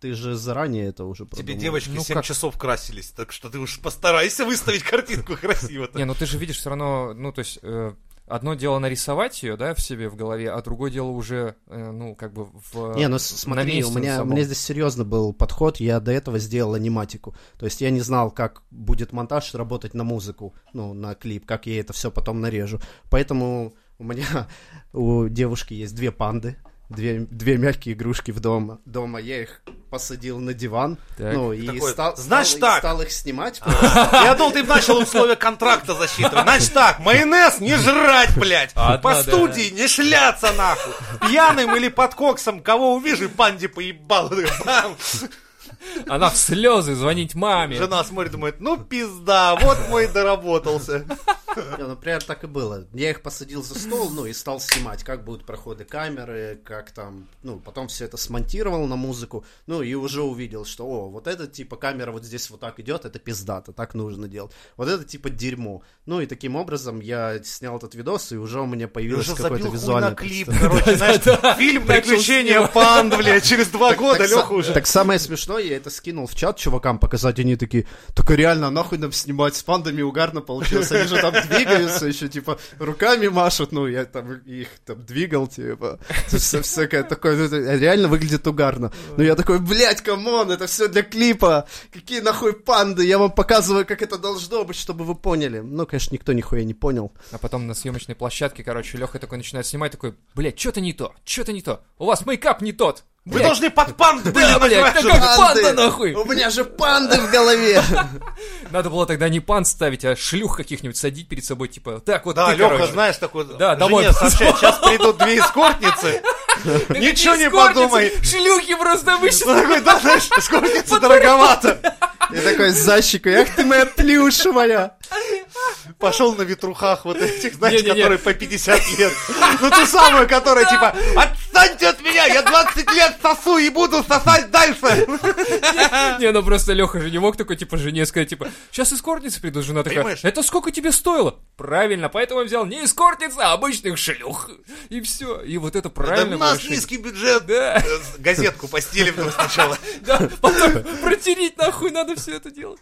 [SPEAKER 3] ты же заранее это уже
[SPEAKER 1] Тебе
[SPEAKER 3] продумал.
[SPEAKER 1] девочки
[SPEAKER 2] Ну
[SPEAKER 1] 7
[SPEAKER 2] как?
[SPEAKER 1] часов красились, так что ты уж постарайся выставить картинку красиво.
[SPEAKER 2] Не, ну ты же видишь все равно, ну, то есть, э, одно дело нарисовать ее, да, в себе в голове, а другое дело уже, э, ну, как бы в...
[SPEAKER 3] Не, ну с-
[SPEAKER 2] на
[SPEAKER 3] смотри,
[SPEAKER 2] месте
[SPEAKER 3] у меня, у
[SPEAKER 2] самом.
[SPEAKER 3] меня здесь серьезно был подход, я до этого сделал аниматику. То есть я не знал, как будет монтаж работать на музыку, ну, на клип, как я это все потом нарежу. Поэтому у меня, у девушки есть две панды, две, две мягкие игрушки в дома. Дома я их посадил на диван,
[SPEAKER 2] Так.
[SPEAKER 3] ну, и
[SPEAKER 1] Такой,
[SPEAKER 3] стал,
[SPEAKER 1] «Знаешь
[SPEAKER 3] стал, и
[SPEAKER 1] так!»
[SPEAKER 3] стал их снимать.
[SPEAKER 2] А.
[SPEAKER 1] Я думал, ты им начал условия контракта засчитывать. Значит так, майонез не жрать, блядь.
[SPEAKER 2] Одна,
[SPEAKER 1] По
[SPEAKER 2] да.
[SPEAKER 1] студии не шляться, нахуй. Пьяным или под коксом, кого увижу, панде поебал. Бам.
[SPEAKER 2] Она в слезы звонить маме.
[SPEAKER 1] Жена смотрит, думает, ну пизда, вот мой доработался.
[SPEAKER 3] Не, ну, Например, так и было. Я их посадил за стол, ну, и стал снимать, как будут проходы камеры, как там, ну, потом все это смонтировал на музыку, ну, и уже увидел, что, о, вот это, типа, камера вот здесь вот так идет, это пиздато, так нужно делать. Вот это, типа, дерьмо. Ну, и таким образом я снял этот видос, и уже у меня
[SPEAKER 1] И
[SPEAKER 3] появилось
[SPEAKER 1] уже
[SPEAKER 3] какое-то
[SPEAKER 1] забил хуй на
[SPEAKER 3] визуальное...
[SPEAKER 1] клип,
[SPEAKER 3] представление.
[SPEAKER 1] короче, знаешь, фильм
[SPEAKER 2] Начал
[SPEAKER 1] «Приключения
[SPEAKER 2] снимать.
[SPEAKER 1] панд», блядь, через два года
[SPEAKER 3] так, са-
[SPEAKER 1] Леха уже.
[SPEAKER 3] так самое смешное, я это скинул в чат чувакам показать, они такие, только реально, а нахуй нам снимать, с пандами угарно получилось, они же там двигаются еще, типа, руками машут, ну, я там их там двигал, типа, Это всё- всякое такое, ну, это реально выглядит угарно. Но я такой, блядь, камон, это все для клипа, какие нахуй панды, я вам показываю, как это должно быть, чтобы вы поняли. Ну, конечно, никто нихуя не понял.
[SPEAKER 2] А потом на съемочной площадке, короче, Леха такой начинает снимать, такой, блядь, что-то не то, что-то не то, у вас мейкап не тот.
[SPEAKER 1] Вы
[SPEAKER 2] блядь».
[SPEAKER 1] должны под панду были
[SPEAKER 2] Да, блядь,
[SPEAKER 1] накрашены.
[SPEAKER 2] так как панда,
[SPEAKER 3] Панды!
[SPEAKER 2] нахуй!
[SPEAKER 3] У меня же панды в голове!
[SPEAKER 2] Надо было тогда не пан ставить, а шлюх каких-нибудь садить перед собой, типа, так вот
[SPEAKER 1] Да,
[SPEAKER 2] ты,
[SPEAKER 1] Леха,
[SPEAKER 2] короче.
[SPEAKER 1] знаешь, такой,
[SPEAKER 2] Да, домой
[SPEAKER 1] жене сообщает, сейчас придут две эскортницы.
[SPEAKER 2] Да
[SPEAKER 1] Ничего
[SPEAKER 2] какие
[SPEAKER 1] не
[SPEAKER 2] скорницы,
[SPEAKER 1] подумай.
[SPEAKER 2] Шлюхи просто
[SPEAKER 1] Ты
[SPEAKER 2] обычно.
[SPEAKER 1] такой, да, знаешь, эскортница дороговато.
[SPEAKER 3] Я такой с защикой, ах ты моя плюшевая!
[SPEAKER 1] Пошел на ветрухах вот этих, знаешь,
[SPEAKER 2] Не-не-не.
[SPEAKER 1] которые по 50 лет. Ну, ту самую, которая типа, отстаньте от меня, я 20 лет сосу и буду сосать дальше.
[SPEAKER 2] Не, ну просто Леха же не мог такой, типа, жене сказать, типа, сейчас эскортницы придут, жена такая,
[SPEAKER 1] Понимаешь?
[SPEAKER 2] это сколько тебе стоило? Правильно, поэтому я взял не эскортниц, а обычных шлюх. И все. И вот это
[SPEAKER 1] Да
[SPEAKER 2] правильно.
[SPEAKER 1] у нас низкий бюджет.
[SPEAKER 2] Да.
[SPEAKER 1] Э, Газетку постелим там сначала.
[SPEAKER 2] Да, потом протереть нахуй надо все это дело.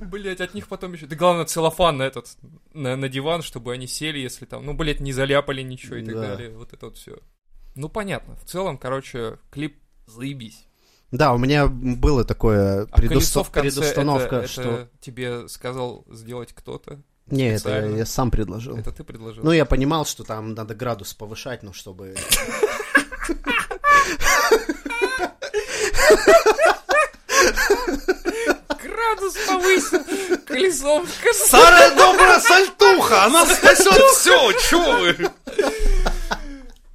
[SPEAKER 2] Блять, от них потом еще. Да главное, целлофан на этот, на, на диван, чтобы они сели, если там, ну, блять, не заляпали ничего и так
[SPEAKER 3] Да.
[SPEAKER 2] далее. Вот это вот все. Ну, понятно. В целом, короче, клип заебись.
[SPEAKER 3] Да, у меня было такое
[SPEAKER 2] А колесо
[SPEAKER 3] предустав-
[SPEAKER 2] в конце
[SPEAKER 3] предустановка,
[SPEAKER 2] это,
[SPEAKER 3] что...
[SPEAKER 2] это тебе сказал сделать кто-то.
[SPEAKER 3] Не, это я,
[SPEAKER 2] специально.
[SPEAKER 3] я сам предложил.
[SPEAKER 2] Это ты предложил.
[SPEAKER 3] Ну, я понимал, что там надо градус повышать, ну, чтобы...
[SPEAKER 2] Градус повысил колесо в конце.
[SPEAKER 1] Старая добрая сальтуха, она спасет все, чё вы?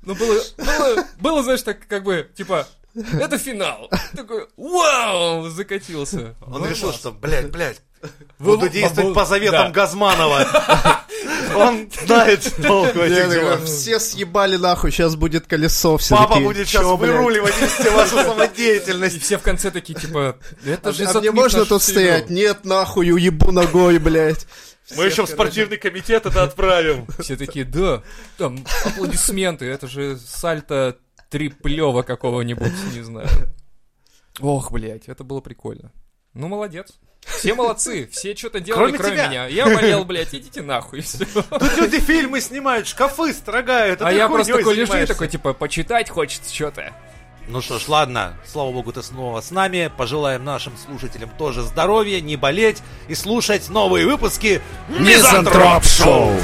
[SPEAKER 2] Ну, было, было, было, знаешь, так как бы, типа, это финал. Такой, вау, закатился.
[SPEAKER 1] Он решил, что, блядь, блядь,
[SPEAKER 2] Вы-
[SPEAKER 1] буду действовать
[SPEAKER 2] вы-
[SPEAKER 1] по заветам
[SPEAKER 2] да.
[SPEAKER 1] Газманова. Он знает толк в
[SPEAKER 3] Я
[SPEAKER 1] этих
[SPEAKER 3] такой,
[SPEAKER 1] делах.
[SPEAKER 3] все съебали нахуй, сейчас будет колесо, все
[SPEAKER 1] Папа
[SPEAKER 3] такие,
[SPEAKER 1] будет сейчас
[SPEAKER 3] «Чё, блядь?»
[SPEAKER 1] выруливать из всей вашей
[SPEAKER 2] И
[SPEAKER 1] самодеятельности.
[SPEAKER 2] все в конце такие, типа, это
[SPEAKER 3] А,
[SPEAKER 2] же
[SPEAKER 3] а мне
[SPEAKER 2] затмит
[SPEAKER 3] можно
[SPEAKER 2] нашу
[SPEAKER 3] тут
[SPEAKER 2] семью».
[SPEAKER 3] стоять? Нет, нахуй, уебу ногой, блядь.
[SPEAKER 1] Мы еще в спортивный комитет это отправим.
[SPEAKER 2] Все такие, да, там аплодисменты, это же сальто триплева какого-нибудь, не знаю. Ох, блядь, это было прикольно. Ну, молодец. Все молодцы, все что-то делали,
[SPEAKER 1] Кроме
[SPEAKER 2] кроме,
[SPEAKER 1] тебя.
[SPEAKER 2] меня. Я болел, блядь, идите нахуй, все.
[SPEAKER 1] Тут люди фильмы снимают, шкафы строгают, а
[SPEAKER 2] А
[SPEAKER 1] ты
[SPEAKER 2] я просто
[SPEAKER 1] хуйнёй
[SPEAKER 2] такой лежу и
[SPEAKER 1] занимаешься.
[SPEAKER 2] такой, типа, почитать хочется что-то.
[SPEAKER 1] Ну что ж, ладно, слава богу, ты снова с нами. Пожелаем нашим слушателям тоже здоровья, не болеть и слушать новые выпуски
[SPEAKER 3] Мизантроп Шоу!